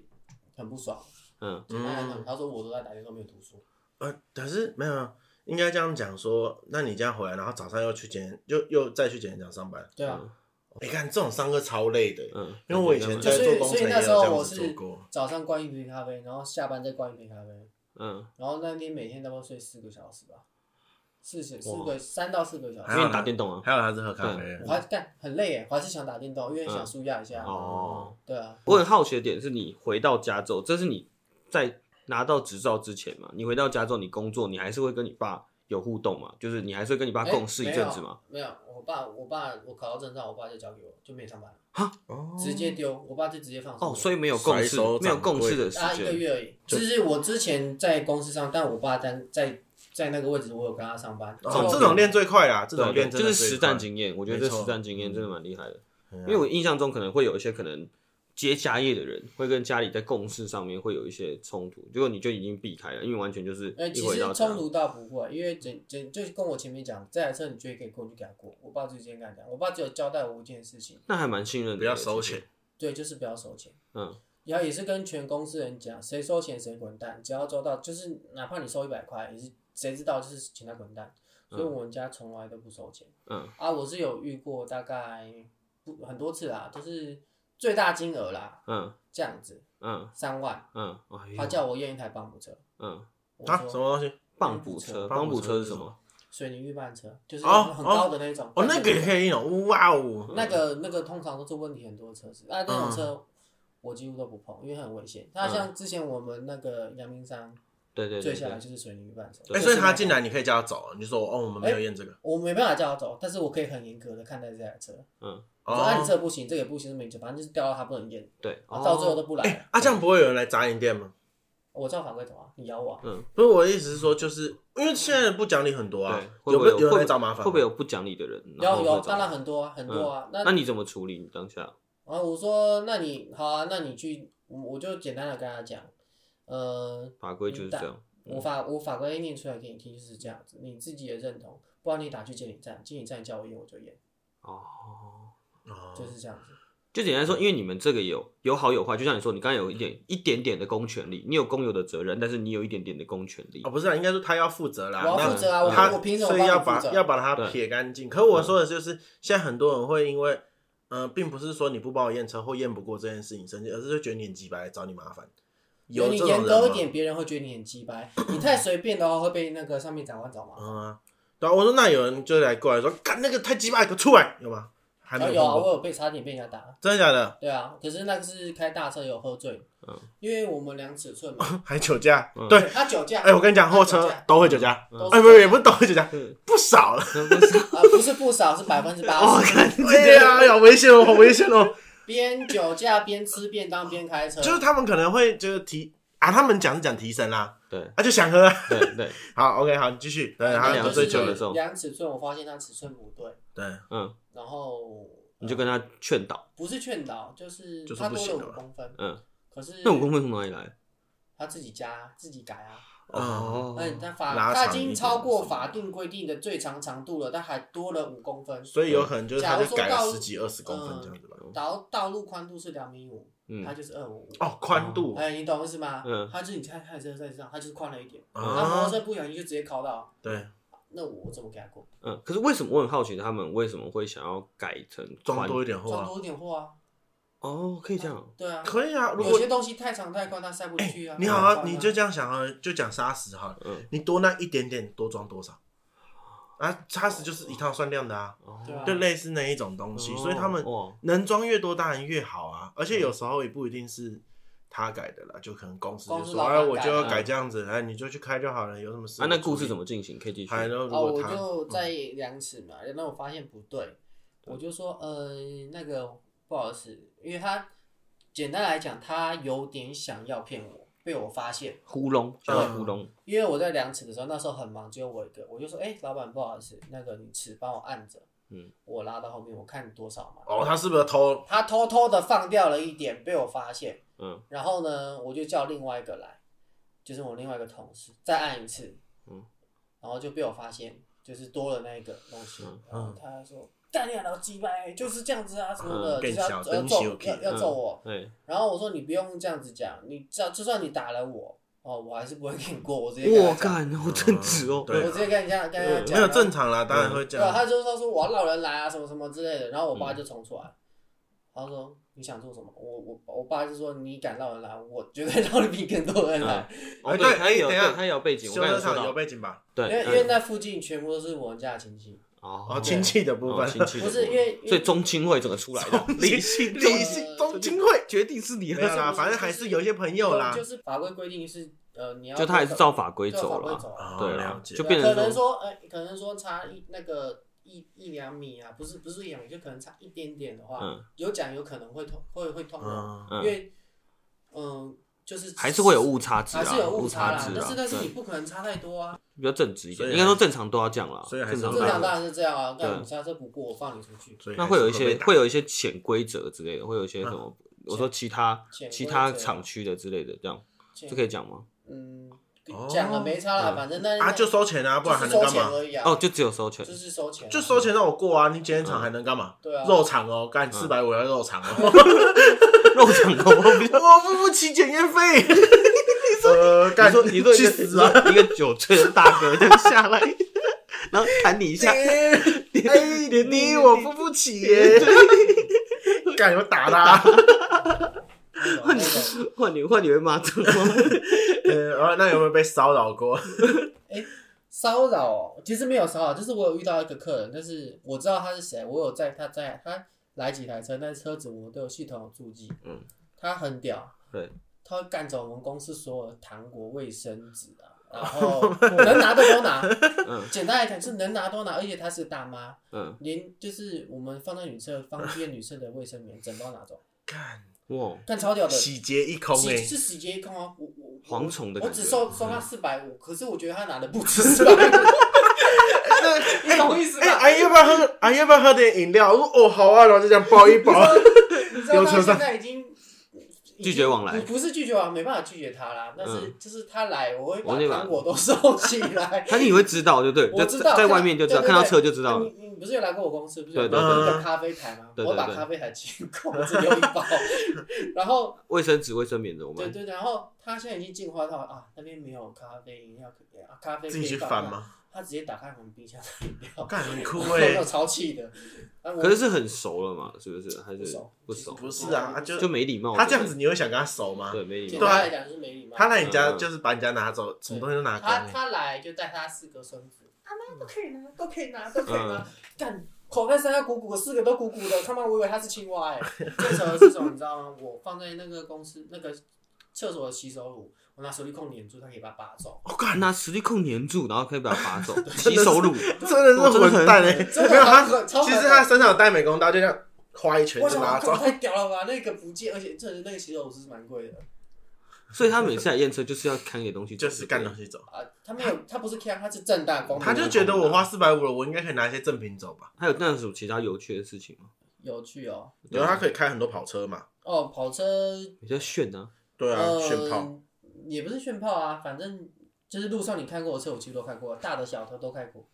B: 很不爽，
C: 嗯
B: 简单来讲
A: 嗯，
B: 他说我都在打电动没有读书，
A: 呃，可是没有没有，应该这样讲说，那你这样回来，然后早上又去检，又又再去检验厂上班。
B: 对啊，
A: 你看这种上课超累的，
C: 嗯，
A: 因为我以前
B: 就
A: 在
B: 是
A: 做工
B: 所
A: 程
B: 以
A: 也有
B: 那时
A: 这
B: 候
A: 样
B: 我
A: 子做
B: 是
A: 过。
B: 早上灌一杯咖啡，然后下班再灌一杯咖啡，
C: 嗯，
B: 然后那天每天差不多睡四个小时吧，四小四个三到四个小
C: 因
A: 还
B: 时
C: 为
A: 好，
C: 你打电动啊。
A: 还有他是喝咖啡哦
B: 我，还干很累耶，我还是想打电动，因为想
C: 嗯
B: 舒压一下。
C: 哦，
B: 对啊，
C: 我很好奇的点是你回到家之后，这是你在拿到执照之前嘛？你回到家之后，你工作，你还是会跟你爸有互动嘛？就是你还是会跟你爸
B: 哎
C: 共事一阵子嘛？？
B: 没有没有，我爸我爸我考到证照，我爸就交给我，就没上班了，
A: 哦
B: 直接丢，我爸就直接放手
C: 哦，所以没有共事
A: 甩手，掌
C: 没有共事的
B: 啊，
C: 时
B: 一个
C: 间。
B: 月而已。就是我之前在公司上，但我爸在在在那个位置，我有跟他上班。
A: 哦这种练最快啦，这
C: 对啊
A: 种
C: 对
A: 练真
C: 就
A: 的
C: 是
A: 最
C: 实
A: 快
C: 战经验，我觉得这
A: 没错
C: 实战经验真的蛮厉害的。
A: 嗯
C: 因为我印象中可能会有一些可能接家业的人会跟家里在共事上面会有一些冲突，结果你就已经避开了，因为完全就是
B: 呃，
C: 一
B: 其
C: 回
B: 实
C: 到家
B: 冲突倒不会，因为整整就是跟我前面讲，这台车你觉得可以过，你就给他过。我爸就直接跟他讲，我爸只有交代我一件事情，
C: 那还蛮信任的，
A: 不要收钱。
B: 对，就是不要收钱。
C: 嗯，
B: 然后也是跟全公司人讲，谁收钱谁滚蛋，只要收到，就是哪怕你收一百块，也是谁知道就是请他滚蛋。
A: 嗯
B: 所以我们家从来都不收钱。
C: 嗯
B: 啊，我是有遇过大概不很多次啦，就是最大金额啦，
C: 嗯
B: 这样子
C: 嗯
B: 三万，
C: 嗯，哎呦
B: 他叫我验一台棒骨车，
C: 嗯，
B: 我
A: 啊，什
B: 说
A: 么东西？
C: 棒补车，
A: 棒
C: 棒
A: 补车
C: 补车是什么？
B: 水泥预拌车，就是
A: 哦
B: 很高的那种。
A: 哦，那个也可以用，哇哦！
B: 那个那个通常都是问题很多的车子，啊，那
A: 嗯
B: 种车我几乎都不碰，因为很危险。那像之前我们那个阳明山
C: 对对
B: 坠
C: 对
B: 下来
C: 对，
B: 就是水泥预拌车，
A: 哎、
B: 就是
A: 所以他
B: 那
A: 进来你可以叫他走，你就说哦，我们没有验这个。
B: 我没办法叫他走，但是我可以很严格的看待这台车，
C: 嗯
B: 我说啊你
A: 哦，
B: 这不行，这个也不行，没辙，反正就是掉到他不能验，
C: 对，
B: 啊到最后
C: 哦
B: 都不来了。
A: 啊，这样不会有人来砸你店吗？
B: 我照法规走啊，你咬我啊，
C: 嗯
A: 不是我的意思是说，就是因为现在不讲理很多啊
C: 对，，会
A: 有没
C: 不会有
A: 有人
C: 会
A: 来找麻烦？啊
C: 会不会有不讲理的人？嗯然
B: 有
C: 后会
B: 有，
C: 找
B: 当然很多啊，很多啊。那
C: 那你怎么处理？你当下
B: 然后我说，那你好啊，那你去，我我就简单的跟他讲，呃，
C: 法规就是
B: 你打
C: 这样，
B: 我法我法规念出来给你听就是这样子，你自己也认同，不然你打去监理站，监理站叫我验我就验，
C: 哦。
A: 哦
B: 就是这样子。
C: 就简单说，因为你们这个有有好有坏，就像你说，你刚才有一点一点点的公权力，你有公有的责任，但是你有一点点的公权力
A: 哦，。不是啊，应该说他要负责啦。
B: 我要负责啊，
A: 那
B: 我
A: 他
B: 我凭什么
A: 所以
B: 帮你
A: 要
B: 负
A: 把
B: 责？
A: 要把它
C: 对
A: 撇干净。可我说的就是，现在很多人会因为，呃呃，并不是说你不帮我验车或验不过这件事情生气，而是就觉得你很鸡白来找你麻烦。有
B: 你
A: 这种
B: 严
A: 人
B: 格一
A: 吗
B: 点，别人会觉得你很鸡掰。你太随便的话，会被那个上面长官找麻烦。
A: 嗯啊，对啊，我说那有人就来过来说，干那个太鸡巴了，给我出来，有吗？还没
B: 啊
A: 有
B: 有啊，
A: 碰
B: 我
A: 过，
B: 有被差点被人家打。
A: 真的假 的？
B: 对啊，可是那个是开大车有喝醉，
C: 嗯
B: 因为我们量尺寸 嘛，
A: 还酒驾？
C: 嗯
A: 对，
B: 他酒驾，
A: 哎、我跟你讲，货车都会酒驾，
B: 都是
A: 哎、不是，也不是都会酒驾
C: 嗯，
A: 不少了。
B: 啊，不是不少， 是百分之八十。
A: 哎呀，好危险哦，好危险哦！
B: 边酒驾边吃便当边开 车，
A: 就是他们可能会就是提啊，他们讲是讲提神啦，
C: 对
A: 啊就想喝啊。
C: 对对，
A: 好，OK，好，你继续。对，
C: 哎他
A: 还
C: 两
A: 有
C: 个
A: 醉
C: 最
A: 酒
C: 久
A: 的
C: 的
A: 时
C: 时
A: 候，
C: 候
B: 量尺寸，我发现他尺寸不对，
A: 对，
C: 嗯，
B: 然后
C: 你就跟他劝导，
B: 不是劝导，就是
A: 就是
B: 他
A: 不
B: 多
A: 行
B: 了
A: 了
B: 五
A: 嘛
B: 公分，
C: 嗯，
B: 可是
C: 那武功分从哪里来？
B: 他自己加自己改啊，
A: 哦
B: 嗯，他法
A: 拉
B: 他已
A: 长一
B: 经
A: 点
B: 超过
A: 是
B: 法定规定的最长长度了，但还多了五公分，
A: 所以有可能就是他
B: 假如
A: 就
B: 说
A: 改
B: 到
A: 了十几二十公分
B: 嗯
A: 这样子吧。
B: 道道路宽度是两米五，
C: 嗯
B: 它就是二五五。
A: 哦，宽度
B: 哎，你懂我意思吗？
C: 嗯
B: 它就是你看看车在上，它就是宽了一点，他摩
A: 啊
B: 托，车不小心就直接靠到，
A: 对，
B: 那我怎么给他过？
C: 嗯，可是为什么我很好奇，他们为什么会想要改成
A: 装
C: 宽
A: 多一点货
B: 装
A: 啊，
B: 多一点货啊，
C: 哦，可以这样，
B: 对啊，
A: 可以啊。如
B: 有
A: 果
B: 些东西太长太宽，它塞不进去啊。
A: 你好
B: 很
A: 啊，
B: 宽
A: 你就这样想啊，就讲砂石好了，
C: 嗯
A: 你多那一点点，多装多少啊？砂石就是一套算量的啊，
C: 哦
B: 对啊
A: 就类似那一种东西，所以他们哦
C: 哇，
A: 能装越多当然越好啊。而且有时候也不一定是他改的啦，就可能公司就
B: 公司
A: 说，
B: 老
A: 哎，
B: 板
A: 我就要
B: 改的
A: 改这样子，哎，你就去开就好了，有什么事？
C: 啊，那故事怎
A: 么？
C: 么进行？可以继续。
A: 还有如
B: 哦，
A: 果
B: 我
A: 他
B: 就在量尺嘛，那我发现不对，我就说，呃，那个不好意思，因为他简单来讲，他有点想要骗我，被我发现。
A: 嗯
C: 糊弄，想要糊弄，
B: 因为我在量尺的时候，那时候很忙，只有我一个，我就说，哎、老板，不好意思，那个你尺帮我按着，
C: 嗯，
B: 我拉到后面，我看多少嘛。
A: 哦，他是不是偷？
B: 他偷偷的放掉了一点，被我发现，
C: 嗯，
B: 然后呢，我就叫另外一个来，就是我另外一个同事，再按一次，
C: 嗯，
B: 然后就被我发现，就是多了那一个东西，
C: 嗯
B: 然后他说。干你老鸡掰，就是这样子啊，什么的，
A: 嗯
B: 就
A: 更
B: 是
A: 小
B: 要要
A: 灯
B: 揍
A: 小气
B: 要要
C: 嗯
B: 揍我。
C: 对，
B: 然后我说你不用这样子讲，你只要就算你打了我，哦，我还是不会给你过，我直接跟他
C: 我
B: 讲
C: 干，好正直哦，
A: 对啊
B: 我直接跟人家跟人家讲，
A: 没有
B: 然后
A: 正常啦，当然会这
B: 对啊，
A: 样。
B: 他就是说说我要老人来啊，什么什么之类的，然后我
C: 嗯
B: 爸就冲出来，他说你想做什么？我我我爸就说你敢让人来，我绝对让你比更多人来，
C: 哦，
A: 哎
C: 对，
A: 对
C: 他也有，
A: 哎
C: 对
A: 等一下
C: 他也有背景，我
A: 修
C: 刚才
A: 车
C: 有说
A: 厂有
C: 到，
A: 背景吧？
C: 对，
B: 因为因
C: 嗯
B: 为那附近全部都是我们家的亲戚，
A: 哦，
C: 哦
A: 亲戚的部
C: 哦
A: 分，
C: 亲戚的
B: 不是
C: 部分
B: 因为因为
C: 所以宗亲会整个出来的，
A: 理性理
B: 理
A: 性
B: 性
A: 中
B: 中
A: 金
B: 金
A: 会
C: 决定是你
A: 没有
C: 了，
A: 啦，反正还是有一些朋友啦
B: 就。是法规规定是呃你要
C: 就他还是照法规
B: 对
C: 走
B: 法规
C: 了，
B: 走
A: 哦
B: 啊，
C: 对
A: 了
C: 啊，
A: 解
C: 就变成
B: 可能说呃可能说差一那个。一一两米啊，不是不是一两米，就可能差一点点的话，
C: 嗯
B: 有讲有可能会通会会通融，
A: 嗯，
B: 因
C: 嗯，
B: 为嗯，就是
C: 还是会有误差值
B: 还
C: 啊，
B: 是有误
C: 差
B: 啦
C: 值，
B: 但
C: 啊
B: 是，但是你
C: 对，
B: 不可能差太多啊。
C: 比较正直一
A: 所以还
C: 点，应该说正常都要这样啦，
A: 所以还是嗯
C: 正常
B: 正
C: 都
A: 有
B: 常
C: 要这
B: 当
C: 样。
B: 然是这样啊，
C: 对
B: 但你下车不过，我放你出去。
A: 所以
C: 那
A: 还
C: 会嗯
A: 是
C: 有一些
A: 被打
C: 会有一些潜规则之类的，会有一些什么？我说其他
B: 潜规则
C: 其他厂区的之类的，这样
B: 这
C: 这可以讲吗？
B: 嗯
A: 哦，
B: 讲了没差啦，
C: 嗯
B: 反正那
A: 啊，就收钱啊，不然
B: 就
A: 还
B: 是
A: 能
B: 收
A: 干
B: 钱
A: 嘛？
B: 而已啊。
C: 哦，就只有收钱
B: 就，是收钱啊，
A: 就收钱让 我过啊！你检验厂还能干嘛？
B: 对啊，
A: 肉厂哦，干四百五要肉厂哦，
C: 肉厂口我 比较。
A: 我付不起检验费。呃，
C: 你
A: 干
C: 说你说一
A: 去
C: 个
A: 死啊！
C: 你说一个酒醉的大哥这样下来，然后弹你一 下，
A: 哎，你你我付不起耶！干你们打他！
B: 那种那种
C: 换你换你会骂脏话，
A: 呃，啊那有没有被骚扰过？
B: 骚扰哦，其实没有骚扰，就是我有遇到一个客人，但是我知道他是谁，我有在他在他来几台车，但是车子我都有系统有注记，
C: 嗯，
B: 他很屌，
C: 对，
B: 他会干走我们公司所有的糖果、卫生纸 啊，然后能拿的都拿，
C: 嗯
B: 简单来讲是能拿都拿，而且她是个大妈，
C: 嗯，
B: 连就是我们放在女厕方便女厕的卫生棉整包拿走，
A: 干，
C: 哇，
B: 干超屌的，洗
A: 洗劫一空哎！
B: 是洗洁一空哦，我我
C: 蝗虫的
B: 我
C: 感觉嗯
B: 只收收他四百五，可是我觉得他拿的不止四百 五，你懂意思
A: 哎，
B: 吧？
A: 阿姨要不要喝？阿姨要不要喝点饮料？我说哦，好啊，然后就这样抱一抱。
B: 你知道
A: 有车
B: 他
A: 上
B: 现在已经。已经
C: 拒绝往来嗯
B: 不不是拒绝往来，没办法拒绝他啦。但是就是他来，我会把
C: 我就把
B: 糖果都收起来。
C: 他你会知道对不对？
B: 我
C: 在
B: 知道，
C: 在外面就知道，
B: 对
C: 看
B: 对对
C: 到车就知道了。
B: 你你不是有来过我公司，不是有
C: 对对
A: 对
B: 一个咖啡台吗？
C: 对对对
B: 我把咖啡台清空，只留一 包。然后，
C: 卫生纸、卫生棉的，我
B: 对
C: 们
B: 对，然后他现在已经进化到啊，那边没有咖啡饮料可以啊，咖啡可
A: 自己
B: 以
A: 去
B: 放
A: 翻？吗？
B: 他直接打开我们冰箱的饮料，
A: 干很酷
B: 我
A: 哎、
B: 有 超 气的。啊我
C: 可是是很熟了嘛，是不是？还
B: 不
C: 是
B: 熟
C: 不熟？
A: 不是啊，啊就
C: 就没礼貌。
A: 他这样子，你会想跟他熟吗？
C: 对，没礼
B: 简
C: 貌
A: 对。啊
B: 单来讲就是没礼貌。
A: 他来你家
C: 嗯
A: 就是把你家拿走，什么东西都拿
B: 他
A: 光、欸。
B: 他来就带他四个孙子，阿妈都可以拿， 嗯都可以拿，都可以拿。干，口袋山要鼓鼓，四个都鼓鼓的，他妈我以为他是青蛙 哎、最扯的是什么你知道吗？我放在那个公司那个厕所的洗手乳，我拿手电筒粘住，他可以把它拔走。
A: 我干，
C: 拿实力控粘住，然后可以把它拔 走，洗手乳。
A: 真的是混蛋哎、
B: 真的
A: 没有他
B: 很超，
A: 其
B: 狠
A: 实
B: 的
A: 他身上有带美工刀，就这样划一圈
B: 我
A: 就
B: 想
A: 拿
B: 哇
A: 走。
B: 太屌了吧！那个不见，而且真的那个洗手乳是蛮贵的
C: 所以他每次来验车就是要看一点东西，
A: 就是干东。西走。
B: 啊。他没有，他不是 K，他是正大光明。
A: 他就觉得我花四百五了，我应该可以拿一些赠品走吧？
C: 还有那有什么其他有趣的事情吗？
B: 有趣哦。
A: 然啊后他可以开很多跑车嘛？
B: 哦，跑车
C: 比较炫啊，
A: 对啊，
B: 呃
A: 炫炮。
B: 也不是炫炮啊，反正就是路上你看过的车，我几乎都开过，大的小的都开过。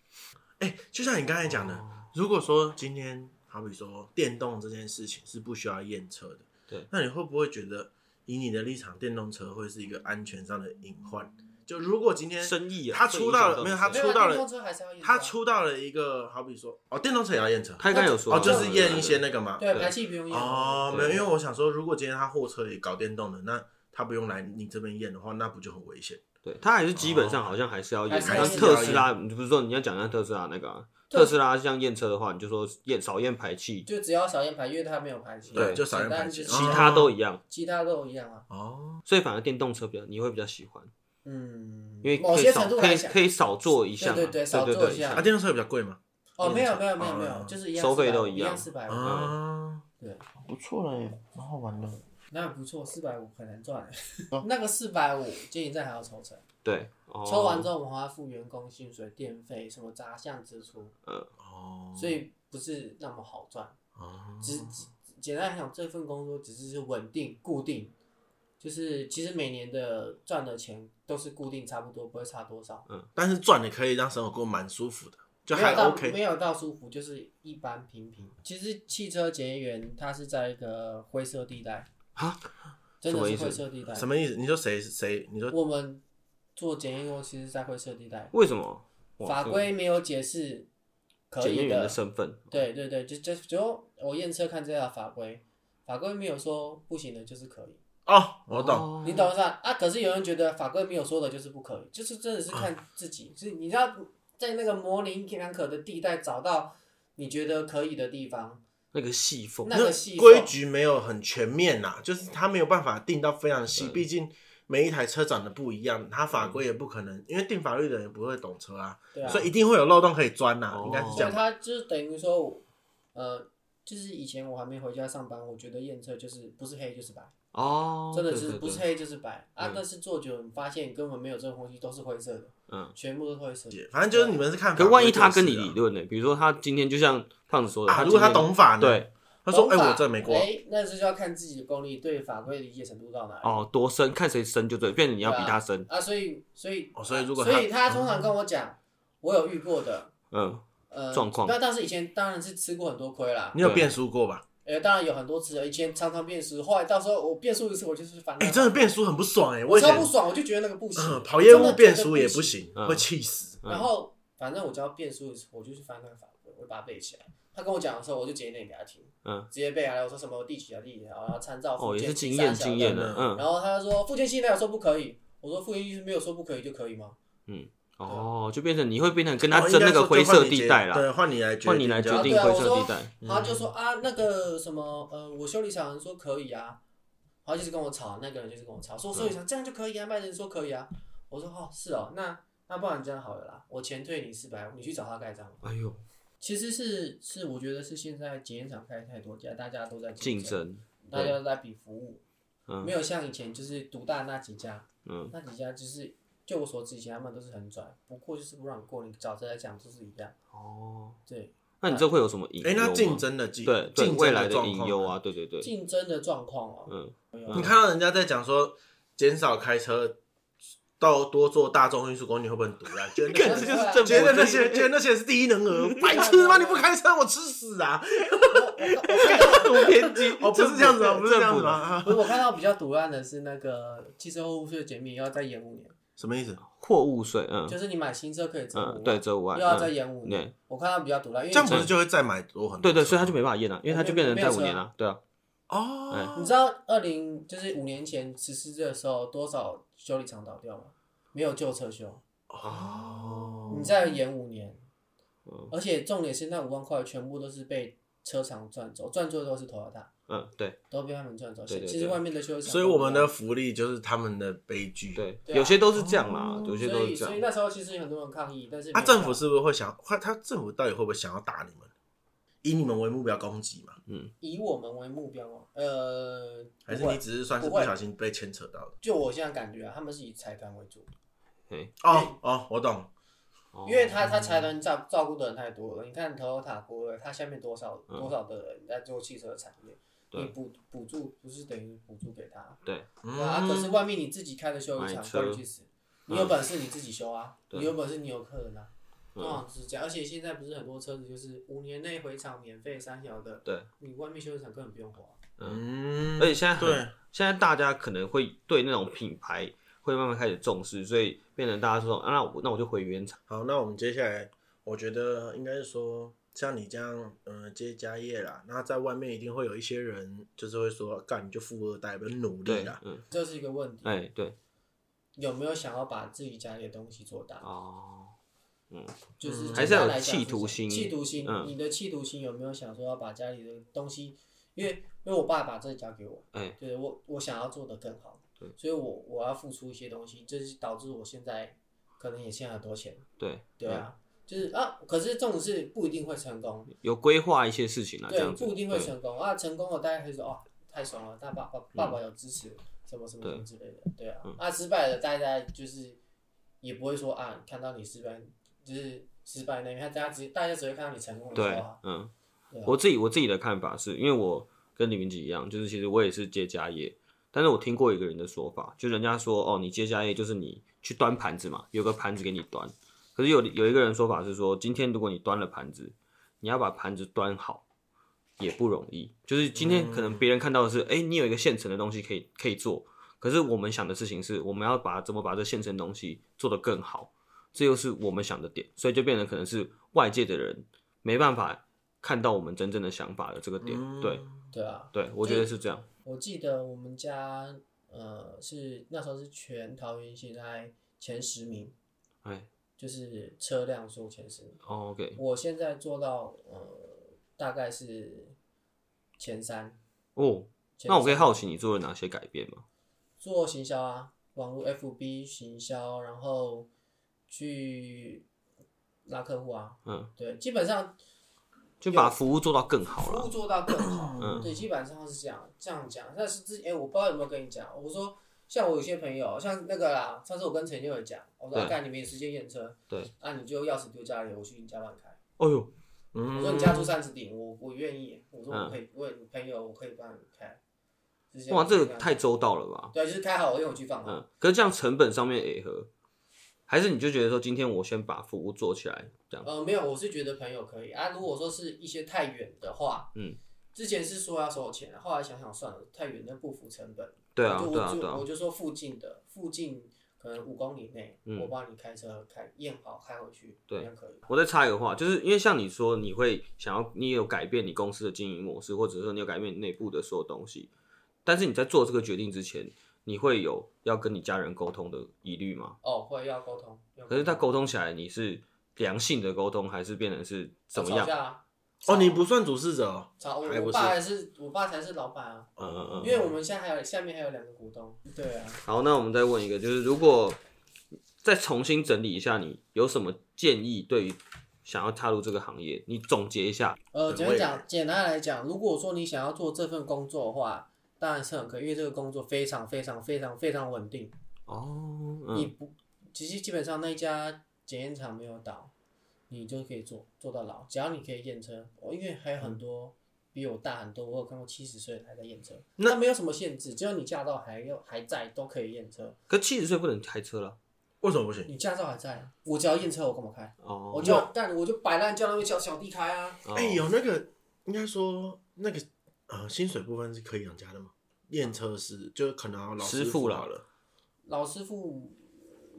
A: 哎，就像你刚才讲的，
B: 哦
A: 如果说今天好比说电动这件事情是不需要验车的，
C: 对，
A: 那你会不会觉得以你的立场，电动车会是一个安全上的隐患？就如果今天
C: 生意
A: 呃
C: 啊，
A: 他出道了
C: 会
A: 没有
C: 影响
A: 他
C: 你
B: 没
C: 生意
A: 出
B: 有
A: 道
B: 啊
A: 了
B: 电动车还是要验车啊
A: 他出到了一个好比说哦，电动车也要验车，
C: 他刚有说
A: 哦，
C: 啊
A: 就是验一些那个嘛。
B: 对
C: 对
B: 排气不用验
A: 哦，没有，
C: 对
A: 因为我想说，如果今天他货车也搞电动的，那他不用来你这边验的话，那不就很危险？
C: 对，他还是基本上好像还是要验，
B: 哦还是要
C: 像
B: 验
C: 特斯拉，你不是说你要讲一下特斯拉那个啊？
B: 对
C: 特斯拉像验车的话，你就说验少验排气，
B: 就只要少验排，因为它没有排气，
A: 对就少验
B: 简单
A: 排气
B: 就是
C: 其
A: 哦
C: 他都一样，
B: 其他都一样啊。
A: 哦，
C: 所以反而电动车比较你会比较喜欢，
B: 嗯，
C: 因为
B: 某
C: 可以
B: 些
C: 少
B: 程度
C: 可
B: 来
C: 以
B: 讲，
C: 可以少做一项嘛，
B: 对对对少做一项
A: 啊，电动车也比较贵嘛？
B: 哦，没有没有没有没
A: 哦
B: 有，就是一样，
C: 收费都
B: 一
C: 一样哦
B: 四百五，
A: 啊，
B: 对，
A: 不错嘞，蛮好玩的。
B: 那不错，四百五很难赚。 那个四百五，监理站还要抽成，
C: 对，哦
B: 抽完之后我们还要付员工薪水、电费、什么杂项支出，
A: 哦，
B: 所以不是那么好赚。
A: 哦
B: 只只简单来讲，这份工作只是是稳定固定，就是其实每年的赚的钱都是固定，差不多不会差多少，
A: 但是赚的可以让生活过得蛮舒服的，就
B: 没
A: 还
B: 有到
A: OK。
B: 没有到舒服，就是一般平平。其实汽车检验员他是在一个灰色地带，
C: 啊，
B: 真的
C: 什么
B: 是
C: 意思
B: 灰色地带。
A: 什么意思？你说谁谁？你说
B: 我们做检验工其实，在灰色地带，
C: 为什么哇
B: 法
C: 这个
B: 规没有解释可
C: 检验
B: 以
C: 员的身份，
B: 对对对，就就就我验车看这条法规，法规没有说不行的，就是可以。
A: 哦，我懂。
C: 哦
B: 你懂我意思吧啊？可是有人觉得法规没有说的就是不可以，就是真的是看
A: 啊
B: 自己，就是你要在那个模棱两可的地带找到你觉得可以的地方。
C: 那个细缝，
B: 那个细缝
A: 规矩没有很全面呐，就是他没有办法定到非常细，毕竟每一台车长得不一样，他法规也不可能，因为定法律的人也不会懂车啊，
B: 嗯对啊，
A: 所以一定会有漏洞可以钻呐，
C: 哦
A: 应该是这
B: 所以
A: 样。
B: 他就是等于说我，呃，就是以前我还没回家上班，我觉得验车就是不是黑就是白，
C: 哦，
B: 真的
C: 对
B: 是
C: 对
B: 不是
C: 对
B: 黑就是白啊
C: 嗯。
B: 但是做久了，你发现根本没有这种东西，都是灰色的，
C: 嗯。
B: 全部都是灰色的。
A: 反正就是你们是看法
C: 可
A: 规
C: 是
A: 做事啊，
C: 万一他跟你理论呢？比如说他今天就像胖子说的，
A: 啊，如果
C: 今天
A: 他懂法呢？，
C: 对
A: 他说：“哎，
B: 懂法
A: 我这没过
B: 哎、。那就是要看自己的功力对法规理解程度到哪里。
C: 哦多深，看谁深就对，变成你要比他深，
B: 啊，所以所以、
A: 哦所以如果他哦
B: 所以他通常跟我讲，我有遇过的
C: 嗯，
B: 呃
C: 状况
B: 那但是以前当然是吃过很多亏啦，
A: 你有变输过吧？
B: 呃，当然有很多次，以前常常变输，后来到时候我变输一次，我就是烦恼。
A: 哎，真的变输很不爽哎！
B: 我
A: 以前
B: 超不爽，我就觉得那个不行，
A: 嗯跑业
B: 真
A: 务
B: 的
A: 变
B: 觉得
A: 输也
B: 不
A: 不。行，
C: 嗯
A: 会气死。
C: 嗯
B: 然后反正我只要变输一次，我就去翻那个法规，我就把它背起来。他跟我讲的时候，我就直接念给他听，
C: 嗯，
B: 直接背下来。我说什么第几条、啊第几条，然后参照
C: 哦
B: 附
C: 也
B: 件
C: 是经
B: 三
C: 验
B: 小
C: 经
B: 的
C: 验的，嗯，
B: 然后他说附件系列有说不可以，我说附件系列没有说不可以就可以吗？
C: 哦，就变成你会变成跟他
A: 哦
C: 争
A: 应
C: 那
A: 该
C: 个
A: 说
C: 灰
A: 就换
C: 色
A: 你
C: 地
A: 决
C: 带啦，
A: 对，啊换你来决定，
C: 换你来决定
B: 啊对啊
C: 灰
B: 我
C: 色
B: 说
C: 地带，嗯
B: 然后就说啊，那个什么，呃，我修理厂人说可以啊，然后就是跟我吵，那个人就是跟我吵，说修理
C: 嗯
B: 厂这样就可以啊，卖人说可以啊，我说哦是哦，那那不然这样好了啦，我钱退你四百，你去找他盖章。
C: 哎呦，
B: 其实是是，我觉得是现在检验厂开太多家，大家都在
C: 竞
B: 争，
C: 争，
B: 大家都在比服务，
C: 嗯
B: 没有像以前就是独大那几家，
C: 嗯，
B: 那几家就是就我所知，以前他们都是很拽，不过就是不让你过，你找谁来讲都是一样，
C: 哦，
B: 对，啊
C: 那你这会有什么隐忧
A: 哎，
C: 吗？
A: 那竞争的竞
C: 对对
A: 竞
C: 未
A: 争
C: 来
A: 的
C: 的
A: 状
C: 隐
A: 况
C: 忧啊，对对对，
B: 竞争的状况哦，
C: 嗯，
A: 你看到人家在讲说减少开车，到多坐大众运输工具，会不会很堵 啊？觉得
C: 干
A: 那
C: 这
A: 些
B: 对啊
C: 就是政府
A: 觉得那
C: 的
A: 些 觉得那些是第一能 儿，白痴吗？你不开车，我吃屎啊！
C: 多偏激，
A: 哦，不是这样子啊，
C: 政府
A: 不是这样子？
C: 政府的
A: 啊。
B: 不是我看到比较毒烂的是那个汽车货物税减免要再延五年，
A: 什么意思？
C: 货物税，嗯
B: 就是你买新车可以折五
C: 嗯，
B: 万，
C: 对，折五
B: 又
C: 万，
B: 要再
C: 嗯
B: 延五年
C: 对。
B: 我看他比较独断，因为
A: 这样不是就会再买多很多车吗？
C: 对对，所以他就没办法验了，因为他就变成在五年了，对啊，
A: 哦，
B: 你知道二零就是五年前实施这个时候，多少修理厂倒掉吗？没有旧车修，
A: 哦，
B: 你再延五年
C: 嗯，
B: 而且重点是那五万块全部都是被车厂赚走，赚走的都是 Toyota，
C: 嗯，对
B: 都被他们赚走。
C: 对对
B: 其实
C: 对
B: 外面的修理厂，
A: 所以我们的福利就是他们的悲剧。，
C: 对，
B: 对啊
C: 有些都是这样啦
A: 哦，
C: 有些
B: 所
C: 都
B: 以
C: 是这
B: 所以
C: 样，
B: 那时候其实有很多人抗议，但是
A: 啊，
B: 没
A: 政府
B: 办法
A: 是不是会想，他他政府到底会不会想要打你们，以你们为目标攻击嘛？
B: 以我们为目标哦，呃，
A: 还是
B: 不会
A: 你只是算是
B: 不
A: 不
B: 会
A: 小心被牵扯到的？
B: 就我现在感觉啊，他们是以财团为主，哎
A: 哦哦，我懂。
C: 哦
B: 因为他他财团照照顾的人太多了，你看 Toyota 国他下面多少多少的人在做汽车产业，
C: 嗯对
B: 你补补助不是等于补助给他，
C: 对
B: 对啊，可是
A: 嗯，
B: 外面你自己开的修理
C: 买
B: 厂
C: 车嗯
B: 关你去死，你有本事你自己修啊，
C: 对
B: 你有本事你有客人啊，通
C: 嗯
B: 常是这样，而且现在不是很多车子就是五年内回厂免费三小的，
C: 对，
B: 你外面修理厂根本不用花，
A: 嗯
C: 而且现在很
A: 对，
C: 现在大家可能会对那种品牌会慢慢开始重视，所以变成大家说，啊、那我那我就回原厂。
A: 好，那我们接下来，我觉得应该是说，像你这样，呃，接家业啦，那在外面一定会有一些人，就是会说，干你就富二代，不要努力
C: 对
A: 啦，。
C: 嗯，
B: 这是一个问题，
C: 哎、对，
B: 有没有想要把自己家里的东西做大？
C: 哦，
B: 就是
A: 嗯
B: 简单
C: 还是要有
B: 来讲
C: 企图心
B: 企图心，
C: 嗯
B: 你的企图心有没有想说要把家里的东西？因为因为我爸把这交给我，
C: 哎
B: 就是我我想要做的更好，
C: 对，
B: 所以我我要付出一些东西，这、是导致我现在可能也欠很多钱，
C: 对，
B: 对啊，
C: 嗯
B: 就是啊，可是这种事不一定会成功，
C: 有规划一些事情啊，这
B: 对，
C: 样子。
B: 不一定会
C: 对
B: 成功啊，成功了大家会说哦太爽了，但爸爸爸爸有支持什么什么什么之类的，对
C: 嗯
B: 啊，啊失败了大家就是也不会说啊看到你失败就是失败那一面，大家只大家只会看到你成功的时
C: 对
B: 候啊，，
C: 嗯
B: 对啊，
C: 我自己我自己的看法是，因为我跟李明吉一样，就是其实我也是接家业，但是我听过一个人的说法，就人家说哦，你接家业就是你去端盘子嘛，有个盘子给你端。可是有有一个人说法是说，今天如果你端了盘子，你要把盘子端好也不容易。就是今天可能
B: 嗯
C: 别人看到的是，哎、你有一个现成的东西可以可以做，可是我们想的事情是，我们要把怎么把这现成的东西做得更好，这又是我们想的点，所以就变成可能是外界的人没办法看到我们真正的想法的这个点。
A: 嗯
C: 对，
B: 对啊，
C: 对，我觉得是这样。
B: 我记得我们家呃是那时候是全桃园现在前十名，
C: 哎、
B: 就是车辆数前十名，
C: 哦 o k
B: 我现在做到呃大概是前三，
C: 哦，
B: 前
C: 那我可以
B: 三
C: 好奇你做了哪些改变吗？
B: 做行销啊，网络 FB 行销，然后去拉客户啊，
C: 嗯，
B: 对，基本上
C: 就把服务做到更好
B: 服务
C: 了。
B: 做到更好，
C: 嗯
B: 对，基本上是这样这样讲。但是之前、诶哎我不知道有没有跟你讲，我说像我有些朋友，像那个啦，上次我跟陈佑也讲，我说
C: 对
B: 啊干、你没时间验车，
C: 对，
B: 啊你就钥匙丢家里，我去你家帮你开。
C: 哦呦，
B: 我
A: 嗯
B: 说你家住三十顶，我我愿意，我说我
C: 嗯
B: 可以，我有朋友我可以帮你开。之前
C: 哇，
B: 我就
C: 这
B: 这
C: 个
B: 样
C: 太周到了吧？
B: 对，就是开好我用我去放好。
C: 嗯，可是这样成本上面也合，还是你就觉得说今天我先把服务做起来，这样？
B: 呃，没有，我是觉得朋友可以啊。如果说是一些太远的话，
C: 嗯，
B: 之前是说要收我钱，后来想想算了，太远那不符成本。
C: 对啊，
B: 就
C: 对啊，
B: 我就
C: 对啊
B: 我，就说附近的，附近可能五公里内，
C: 嗯
B: 我帮你开车开验好开回去，
C: 对
B: 这样可以。
C: 我再插一个话，就是因为像你说，你会想要，你有改变你公司的经营模式，或者说你有改变你内部的所有东西，但是你在做这个决定之前，你会有要跟你家人沟通的疑虑吗？
B: 哦，会要沟通，要沟
C: 可是，在沟通起来，你是良性的沟通，还是变成是怎么
B: 吵
C: 样？
B: 架啊
A: 哦，你不算主事者哦，
B: 吵，我
A: 还不
B: 我
A: 是
B: 爸还是我爸才是老板啊，
C: 嗯嗯嗯。
B: 因为我们现在还有下面还有两个股东。对啊，
C: 好，那我们再问一个，就是如果再重新整理一下，你有什么建议对于想要踏入这个行业？你总结一下。
B: 呃，
A: 对
B: 简
A: 我也
B: 单讲，简单来讲，如果说你想要做这份工作的话，当然是很可以，因为这个工作非常非常非常非常稳定。
C: 哦，
B: 你
C: 嗯，
B: 不，其实基本上那一家检验厂没有倒，你就可以做做到老，只要你可以验车。我、因为还有很多比我大很多，我有看过七十岁的还在验车，那没有什么限制，只要你驾照还要还在都可以验车。
C: 可七十岁不能开车了。
A: 为什么不行？
B: 你驾照还在，我只要验车，我干嘛开？
C: 哦，
B: 我就干，我就摆烂叫那个小小弟开啊。
C: 哦
A: 哎、有那个应该说那个呃，薪水部分是可以养家的吗？验车师就是可能要老
C: 师
A: 傅
C: 傅啦
A: 好了，
B: 老师傅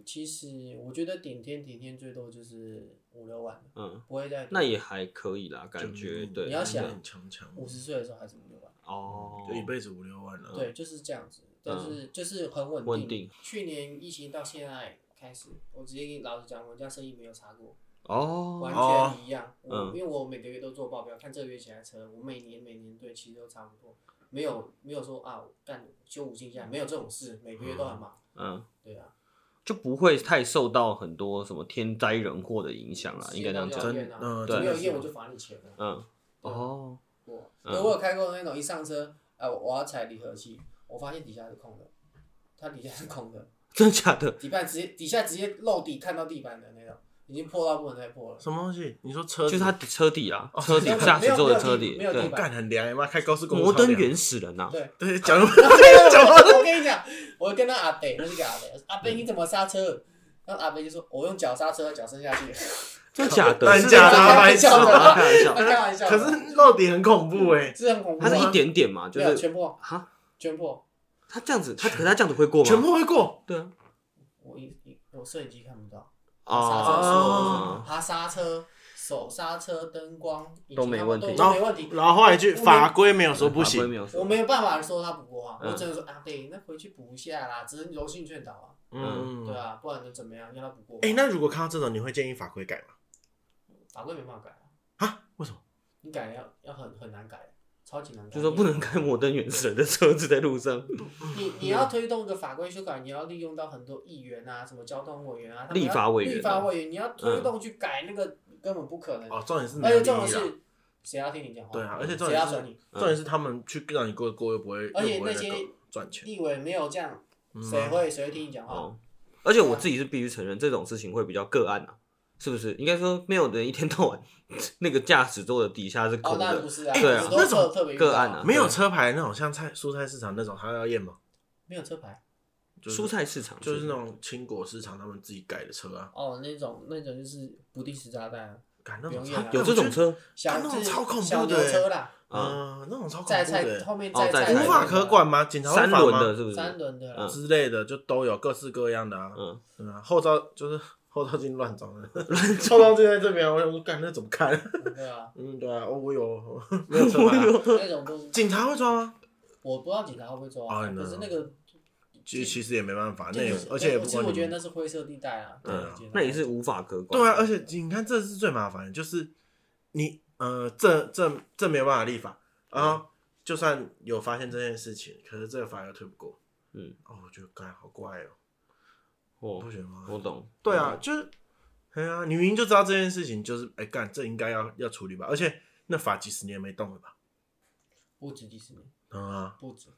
B: 其实我觉得顶天顶天最多就是五六万，
C: 嗯，
B: 不会再
C: 那也还可以啦，感
A: 就
C: 觉
A: 你
C: 对。
B: 你要想
A: 很强强，
B: 五十岁的时候还是五六万，
C: 哦，
A: 就一辈子五六万了。
B: 对，就是这样子，但是就是很稳定。
C: 嗯稳定
B: 去年疫情到现在开始，我直接跟你老实讲，我们家生意没有差过，
C: 哦，
B: 完
A: 哦
B: 全一样。我、
C: 嗯
B: 因为我每个月都做报表，看这个月起来车，我每年每年对其实都差不多，没有没有说啊干休五进假，没有这种事，每个月都很忙。
C: 嗯，
B: 对啊，
C: 就不会太受到很多什么天灾人祸的影响啦，应该这样
B: 直
C: 讲
A: 真
B: 接。到药店啊
A: 嗯
B: 没有
A: 对
B: 验我就罚你钱了。
C: 嗯，哦，
B: 我
C: 嗯
B: 我有开过那种一上车，哎、我我要踩离合器，我发现底下是空的，它底下是空的，
C: 真的假的？
B: 底板直接底下直接露底看到地板的那种，已经破到不能再破了。
A: 什么东西？你说车
C: 就
A: 子
C: 是他的车底啊，车底
B: 没有
C: 驾驶座的车底，
B: 没有地
C: 对
B: 板，
A: 干很凉，妈开高速公路
C: 摩登
A: 超凉
C: 原始人啊呐，
B: 对。
A: 对， 讲了 讲了
B: 我跟你讲，我跟那阿北，那是个阿北，阿北你怎么刹车？然后阿北就说：“我用脚刹车，脚伸下 去。
C: 真的假的？
A: 真假的
C: 开
A: 开
C: 玩
A: 玩
C: 笑
A: 笑
C: 的，
A: 的
C: 他开玩笑，
B: 开玩笑的，
A: 可是露底很恐怖哎，
B: 是很恐怖
C: 他
B: 吗，
C: 是一点点嘛，就
B: 没有
C: 是
B: 全破，
C: 哈，
B: 全破。
C: 他这样子，他可他这样子会过吗？
A: 全部会过。
C: 对啊，
B: 我一一我摄影机看不到，
A: 哦
C: 啊，
B: 他刹车、手刹车、灯光引擎
C: 都没问题
B: 都没问题。
A: 然后后来一句法规没有说不
C: 法规
A: 行，
C: 没有说
B: 我没有办法说他不过啊，
C: 嗯
B: 我只能说阿北，那回去补一下啦，只能柔性劝导啊，
A: 嗯
B: 对。啊，不然能怎么样？让他不过吗。
A: 哎，那如果看到这种，你会建议法规改吗？
B: 法规没办法改啊，
A: 啊？为什么？
B: 你改要要很很难改，啊超级难改。
C: 就说不能开摩登原始人的车子在路上，
B: 你你要推动一个法规修改，你要利用到很多议员啊，什么交通委员啊，他们要
C: 立法委员啊嗯
B: 立法委员，你要推动去改那个根本不可能。
A: 哦，重点是你
B: 而
A: 的利
B: 且
A: 益
B: 哎重
A: 啦。
B: 点是，谁要听你讲话？
A: 对啊，而且重
B: 谁
A: 点
B: 要
A: 是
B: 选你？
A: 重点是他们去让你过过又不会，
B: 而且
A: 又不会
B: 那些
A: 个赚钱。
B: 立委没有这样，
A: 嗯
B: 谁会谁会听你讲话？
C: 哦，而且我自己是必须承认，这种事情会比较个案啊，是不是？应该说没有人一天到晚 那个驾驶座的底下是
B: 哦
C: 空，
B: 那
C: 的
B: 不是啊，
A: 哎
B: 很多
A: 那种
B: 特特别遇到
C: 个案啊，
A: 没有车牌那种，像菜蔬菜市场那种，他要验吗？
B: 没有车牌
A: 就
C: 对
A: 是
C: 蔬菜市场
A: 就是那种青果市场他们自己改的车啊，
B: 哦，那种那种就是不定时炸弹啊，
A: 改那种
B: 不
A: 超
B: 用验啊
C: 有这种车
B: 小
A: 那种
B: 自
A: 超恐怖
B: 小
A: 的
B: 牛
A: 欸
B: 车啦，
C: 啊，
A: 嗯，那种超恐
B: 再
A: 怖
B: 菜
A: 的，
B: 后面
C: 哦
B: 再
C: 再
B: 菜
C: 菜
A: 无法可管吗？警察会
C: 三
A: 罚
C: 轮
A: 吗
C: 的，是不
B: 三
C: 是？
B: 轮的啦，
A: 之类的，就都有各式各样的啊，
C: 嗯，
A: 对啊，后照就是 后照镜乱装的，后照镜在这边啊，我想说，干那怎么看？
B: 对啊，
A: 嗯，对啊，哦，我有没有 车牌啊？
B: 那种都是
A: 警察会抓吗？
B: 我不知道警察会不会抓啊，
A: 哦
B: 可是那个
A: 其其实也没办法，那
B: 这
A: 也
B: 就是
A: 而且也不
B: 其实
A: 关
B: 我
A: 你
B: 觉
A: 们
B: 得那是灰色地带啊。
A: 对啊
B: 警察
C: 嗯那也是无法可管。
A: 对啊，而且你看，这是最麻烦的，就是你呃，这这这没有办法立法
C: 嗯
A: 啊。就算有发现这件事情，可是这个法又推不过。
C: 嗯，
A: 哦，我觉得该好怪哦，
C: 我
A: 不觉得吗？
C: 我懂，嗯
A: 对啊，就是，哎呀、你明明就知道这件事情，就是哎干，这应该要要处理吧。而且那法几十年没动了吧？
B: 不止几十年，
A: 嗯啊，
B: 不止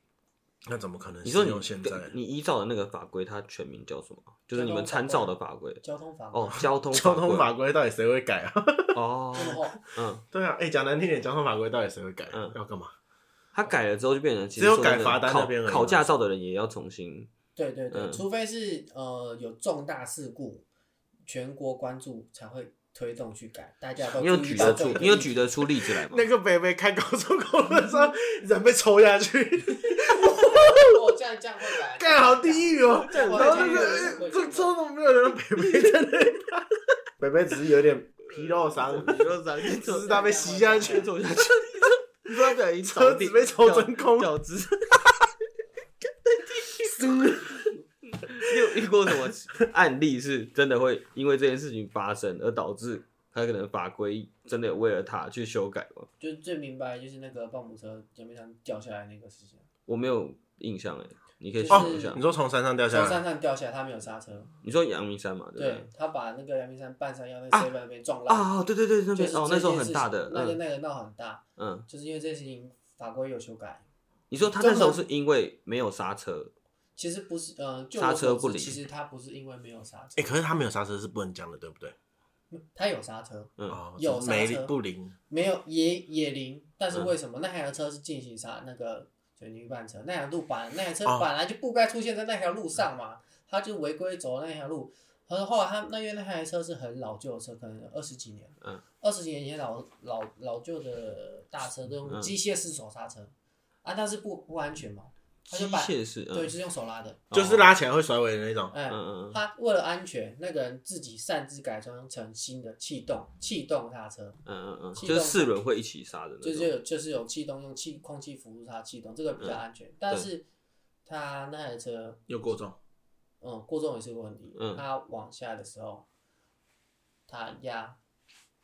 A: 那怎么可能？
C: 你说
A: 有
C: 你
A: 现在
C: 你依照的那个法规，它全名叫什么？就是你们参照的法规
B: 交通法规
C: 哦，交通
A: 交通
C: 法
A: 法规到底谁会改啊？
C: 规哦
B: 这，么厚，
C: 嗯，
A: 对啊，哎、讲难听点，交通法规到底谁会改啊、
C: 嗯
A: 要干嘛？
C: 它改了之后就变成其实
A: 只有
C: 说真的
A: 改罚单
C: 考
A: 那边而已嘛
C: 考驾照的人也要重新
B: 对对对，
C: 嗯
B: 除非是呃有重大事故，全国关注才会推动去改，大家都
C: 你有
B: 哦注意
C: 举
B: 到
C: 得
B: 这
C: 出
B: 个，
C: 你有举得出例子来吗？
A: 那个北北开高速公路的时 候，人被抽下去，
B: 哦，这样这样会改，
A: 干好地狱哦！
B: 这样会
A: 然
B: 改，
A: 后那
B: 这样会
A: 个
B: 改
A: 这车怎么没有人？北北在那里打，北北只是有点皮肉伤，
C: 你说啥？你
A: 只是他被吸下去，
C: 走下去，你说表一
A: 车子被抽真空。
C: 饺子，你有遇过什么案例是真的会因为这件事情发生而导致他可能法规真的有为了他去修改吗？
B: 就最明白就是那个保姆车前面上掉下来那个事情，
C: 我没有印象哎，你可以
B: 就
A: 哦
C: 想一
B: 是
C: 下
A: 你。说从山上掉下
B: 从
A: 来，
B: 山上掉下来，他没有刹车，
C: 你说阳明山嘛，对不
B: 对
C: 对？
B: 他把那个阳明山半山腰那个 seven 那边撞烂，
C: 啊，哦对对对，那
B: 就
C: 边
B: 是
C: 哦
B: 这
C: 那时候
B: 件
C: 很
B: 事
C: 大
B: 情
C: 的，
B: 那个
C: 嗯
B: 那个闹很大，
C: 嗯，
B: 就是因为这件事情法规有修改。
C: 你说他那时候是因为没有刹车，
B: 其实不是，呃，就
C: 刹
B: 我
C: 车
B: 所知
C: 不灵
B: 其实他不是因为没有刹车
A: 哎，，可是他没有刹车是不能讲的，对不对？
B: 他有刹车，
C: 嗯
A: 哦，
B: 有
A: 就是没
B: 刹车
A: 不灵，
B: 没有也也零，但是
C: 嗯
B: 为什么、那台车是进行刹那个水泥半车？那条路本那台车
A: 哦
B: 本来就不该出现在那条路上嘛，他就违规走那条路。可是后来他那因为那台车是很老旧的车，可能二十几年，
C: 嗯，
B: 二十几年前老老老旧的大车都
C: 嗯
B: 用机械式手刹车，啊，但是不不安全嘛。他
C: 机
B: 就把
C: 械式，嗯
B: 对，就是用手拉的。
A: 就是拉起来会甩尾的那种。
B: 哦哎、
C: 嗯嗯嗯，
B: 他为了安全，那个人自己擅自改装成新的气动气动刹车，
C: 嗯嗯嗯，
B: 气
C: 就是
B: 动
C: 四轮会一起刹的那
B: 就是
C: 种。
B: 有就是有气动用气空气辅助它气动，这个比较安全。但是他那台车，
A: 又过重，
B: 嗯，过重也是个问题。
C: 嗯
B: 他往下的时候，他压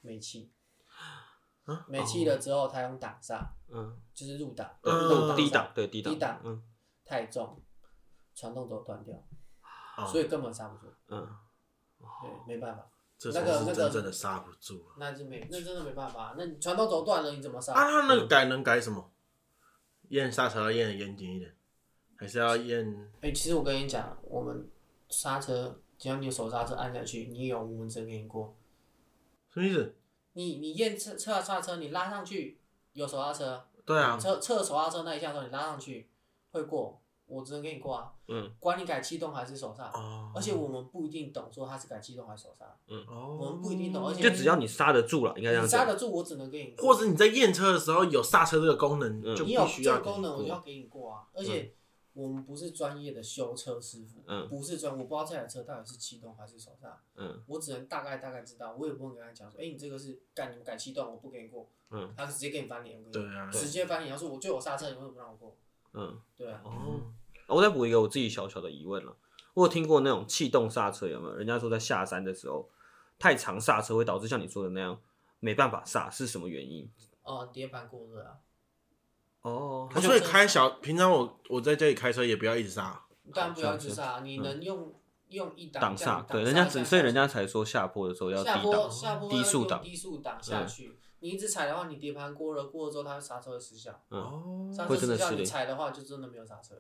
B: 煤气，
A: 啊
B: 煤气了之后，他用挡刹，
C: 嗯，
B: 就是入档，
C: 对，
A: 嗯
C: 那种
B: 挡
C: 低
B: 刹
C: 档，对低档，
B: 低档
C: 嗯
B: 太重，传动轴断掉，
A: 哦
B: 所以根本刹不住。
C: 嗯，
B: 对，没办法，
A: 这才
B: 那个
A: 是
B: 那个
A: 真正的刹不住啊！
B: 那就没，那真的没办法。那你传动轴断了，你怎么刹？
A: 啊，他那个改能改什么？验刹车要验的严谨一点，还是要验？
B: 哎、其实我跟你讲，我们刹车，只要你手刹车按下去，你有无纹针验过。
A: 什么意思？
B: 你你验侧侧刹车，你拉上去有手刹车，
A: 对啊，
B: 侧侧手刹车那一下的时候你拉上去会过，我只能给你过啊。
C: 嗯，
B: 管你改气动还是手刹，
A: 哦，
B: 而且我们不一定懂说它是改气动还是手刹，我
A: 我
B: 们不一定懂而且
C: 就只要你刹得住了，应该这样
B: 你刹
C: 讲。
B: 得住我只能给你过，
A: 或者你在验车的时候有刹车这个功能，
C: 嗯
A: 就
B: 你有
A: 必须
B: 这
A: 要
B: 个功能，我
A: 给
B: 就
A: 你
B: 要
A: 过嗯
B: 给你过啊。而且我们不是专业的修车师傅，
C: 嗯
B: 不是专，我不知道这台车到底是气动还是手刹，
C: 嗯
B: 我只能大概大概知道，我也不会跟他讲说，哎、你这个是干你们改气动，我不给你过，
C: 嗯
B: 他直接给你翻脸，我跟你
A: 对啊，
B: 直接翻脸，他说我就有刹车，你为什么不让我过？
C: 嗯，
B: 对啊，
C: 哦，我再补一个我自己小小的疑问了。我有听过那种气动刹车有没有？人家说在下山的时候太长刹车会导致像你说的那样没办法刹，是什么原因？
B: 哦、碟盘过热啊，
C: 哦，
A: 哦所以开小，平常我我在家里开车也不要一直刹，
B: 当然不要直刹，啊你能用、用一档
C: 啊挡
B: 这样
C: 刹，
B: 挡
C: 对，人家
B: 下
C: 只
B: 去
C: 所以人家才说下坡的时候要低
B: 下坡
C: 档，
B: 下坡
C: 低
B: 要
C: 速
B: 用
C: 档
B: 低速档下去，你一直踩的话，你碟盘过热，过了之后它会刹车会失效，
C: 嗯
A: 哦
B: 刹车
C: 会真的
B: 失效
C: 失
B: 你
C: 灵哦
B: 踩的话就真的没有刹车，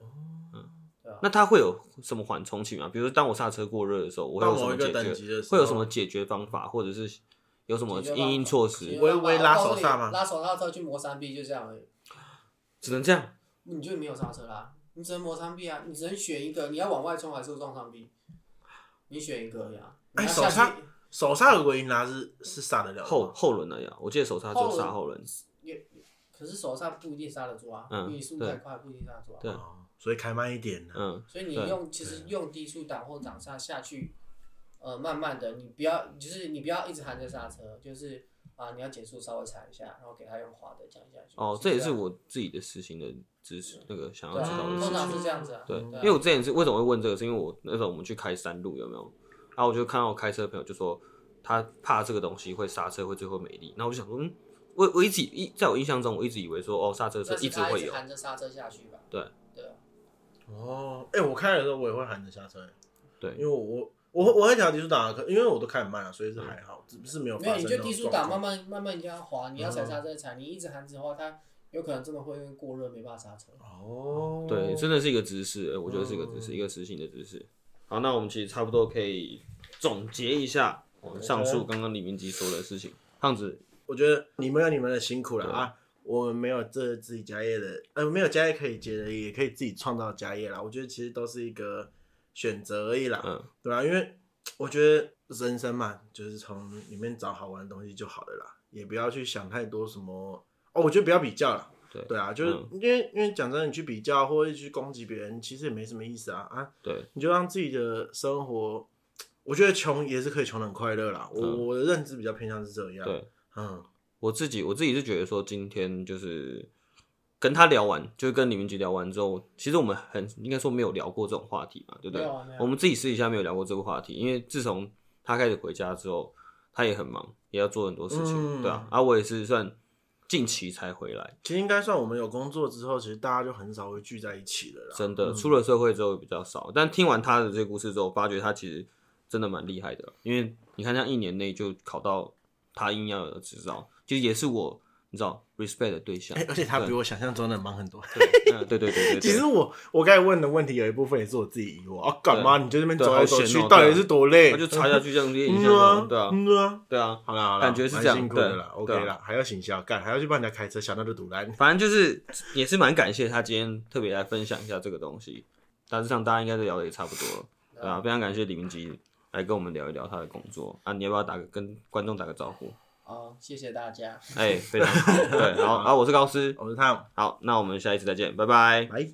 C: 那它会有什么缓冲期吗？比如当我刹车过热的时候，我会有
A: 到
C: 什
A: 某
C: 么
A: 一个
C: 解
A: 等级
C: 决
A: 的？时候
C: 会有什么解决方法，或者是有什么
B: 解决
C: 应
B: 方
C: 应
B: 法
C: 措
B: 你
C: 施？
B: 没办法
A: 微微拉
B: 我告诉
A: 手刹
B: 你
A: 吗
B: 拉手刹之后去磨三 B 就这样而已，
C: 只能这样。
B: 你就没有刹车啦，你只能磨三 B 啊，你只能选一个，你要往外冲还是撞上 B，你选一个呀，你
A: 哎
B: 要
A: 手
B: 下
A: 刹
B: 去
A: 手刹的唯一拿是是刹得了的吗
C: 后后轮那样，我记得手刹只有刹后轮。
B: 可是手刹不一定刹得住啊，
C: 嗯
B: 因为你速度太快不一定刹得住啊。
C: 对
A: 哦所以开慢一点呢。啊
C: 嗯
B: 所以你
C: 对
B: 用其实用低速档或挡刹下去，呃，慢慢的，你不要就是你不要一直含着刹车，就是啊，你要减速稍微踩一下，然后给它用滑的降下去。
C: 哦，
B: 是
C: 这也是
B: 样
C: 我自己的实行的知识，那个想要
B: 对
C: 知
B: 啊
C: 道
A: 嗯
C: 的事
B: 通
C: 情。
B: 常是这样子啊。
C: 对，
B: 啊
C: 因为我之前是为什么会问这个，是因为我那时候我们去开山路有没有？然后我就看到我开车的朋友就说他怕这个东西会刹车会最后没力，然后我就想说，嗯，我我一直以一在我印象中我一直以为说哦刹车是
B: 但是
C: 一直
B: 它
C: 会
B: 直
C: 有，
B: 含着刹车下去吧。
C: 对
B: 对啊，
A: 哦，哎，我开的时候我也会喊着刹车，
C: 嗯对
A: 因为我我我会调低速档啊，可因为我都开很慢啊，所以是还好，只是没有
B: 没有
A: 发
B: 你
A: 生。
B: 就低速档慢。慢慢慢这样滑，你要踩刹车踩，你一直含着的话，它有可能真的会因为过热没办法刹车。
A: 哦，
C: 对，真的是一个知识，呃我觉得是一个
B: 哦
C: 知识，一个实行的知识。好，那我们其实差不多可以总结一下我们上述刚刚李明基说的事情。胖子，
A: 我觉得你们有你们的辛苦了啊，我们没有这自己家业的，呃，没有家业可以接的，也可以自己创造家业啦。我觉得其实都是一个选择而已啦，
C: 嗯
A: 对啊，因为我觉得人生嘛，就是从里面找好玩的东西就好了啦，也不要去想太多什么哦，我觉得不要比较了。
C: 对
A: 对啊，就是、
C: 嗯
A: 因为因为讲真的，你去比较或者去攻击别人，其实也没什么意思啊啊！
C: 对，
A: 你就让自己的生活，我觉得穷也是可以穷得很快乐啦。我、
C: 嗯
A: 我的认知比较偏向是这样。
C: 对，
A: 嗯，
C: 我自己我自己是觉得说，今天就是跟他聊完，就是跟李明基聊完之后，其实我们很应该说没有聊过这种话题嘛，对不对
B: 没有啊没？有
C: 我们自己私底下没有聊过这个话题，因为自从他开始回家之后，他也很忙，也要做很多事情，
A: 嗯
C: 对啊。啊，我也是算近期才回来，
A: 其实应该算我们有工作之后，其实大家就很少会聚在一起了啦。
C: 真的，出了社会之后比较少。但听完他的这个故事之后，发觉他其实真的蛮厉害的，因为你看，他一年内就考到他应要有的执照，其实也是我你知道 respect 的对象。
A: 哎、而且他比我想象中的忙很多。
C: 嗯，对对对对对，
A: 其实我我刚才问的问题有一部分也是我自己疑惑啊，干嘛你就这边走来走
C: 对好闲
A: 去
C: 哦，
A: 到底是多累？
C: 他就 查下去这样练一下
A: 嗯啊，
C: 对啊，
A: 嗯啊，
C: 对啊，
A: 好啦，好啦
C: 感觉是这样
A: 蛮辛苦的啦
C: 对
A: ，OK
C: 对啊
A: 啦，还要行销干，还要去帮人家开车，想到就堵烂。
C: 反正就是也是蛮感谢他今天特别来分享一下这个东西。大致上大家应该都聊的也差不多了，对
A: 嗯
C: 啊，非常感谢李明基来跟我们聊一聊他的工作啊，你要不要打个跟观众打个招呼？
B: 好，谢谢大家。
C: 哎、非常好，对，好啊，我是高斯，
A: 我是 Tom，
C: 好，那我们下一次再见，拜拜。
A: 拜。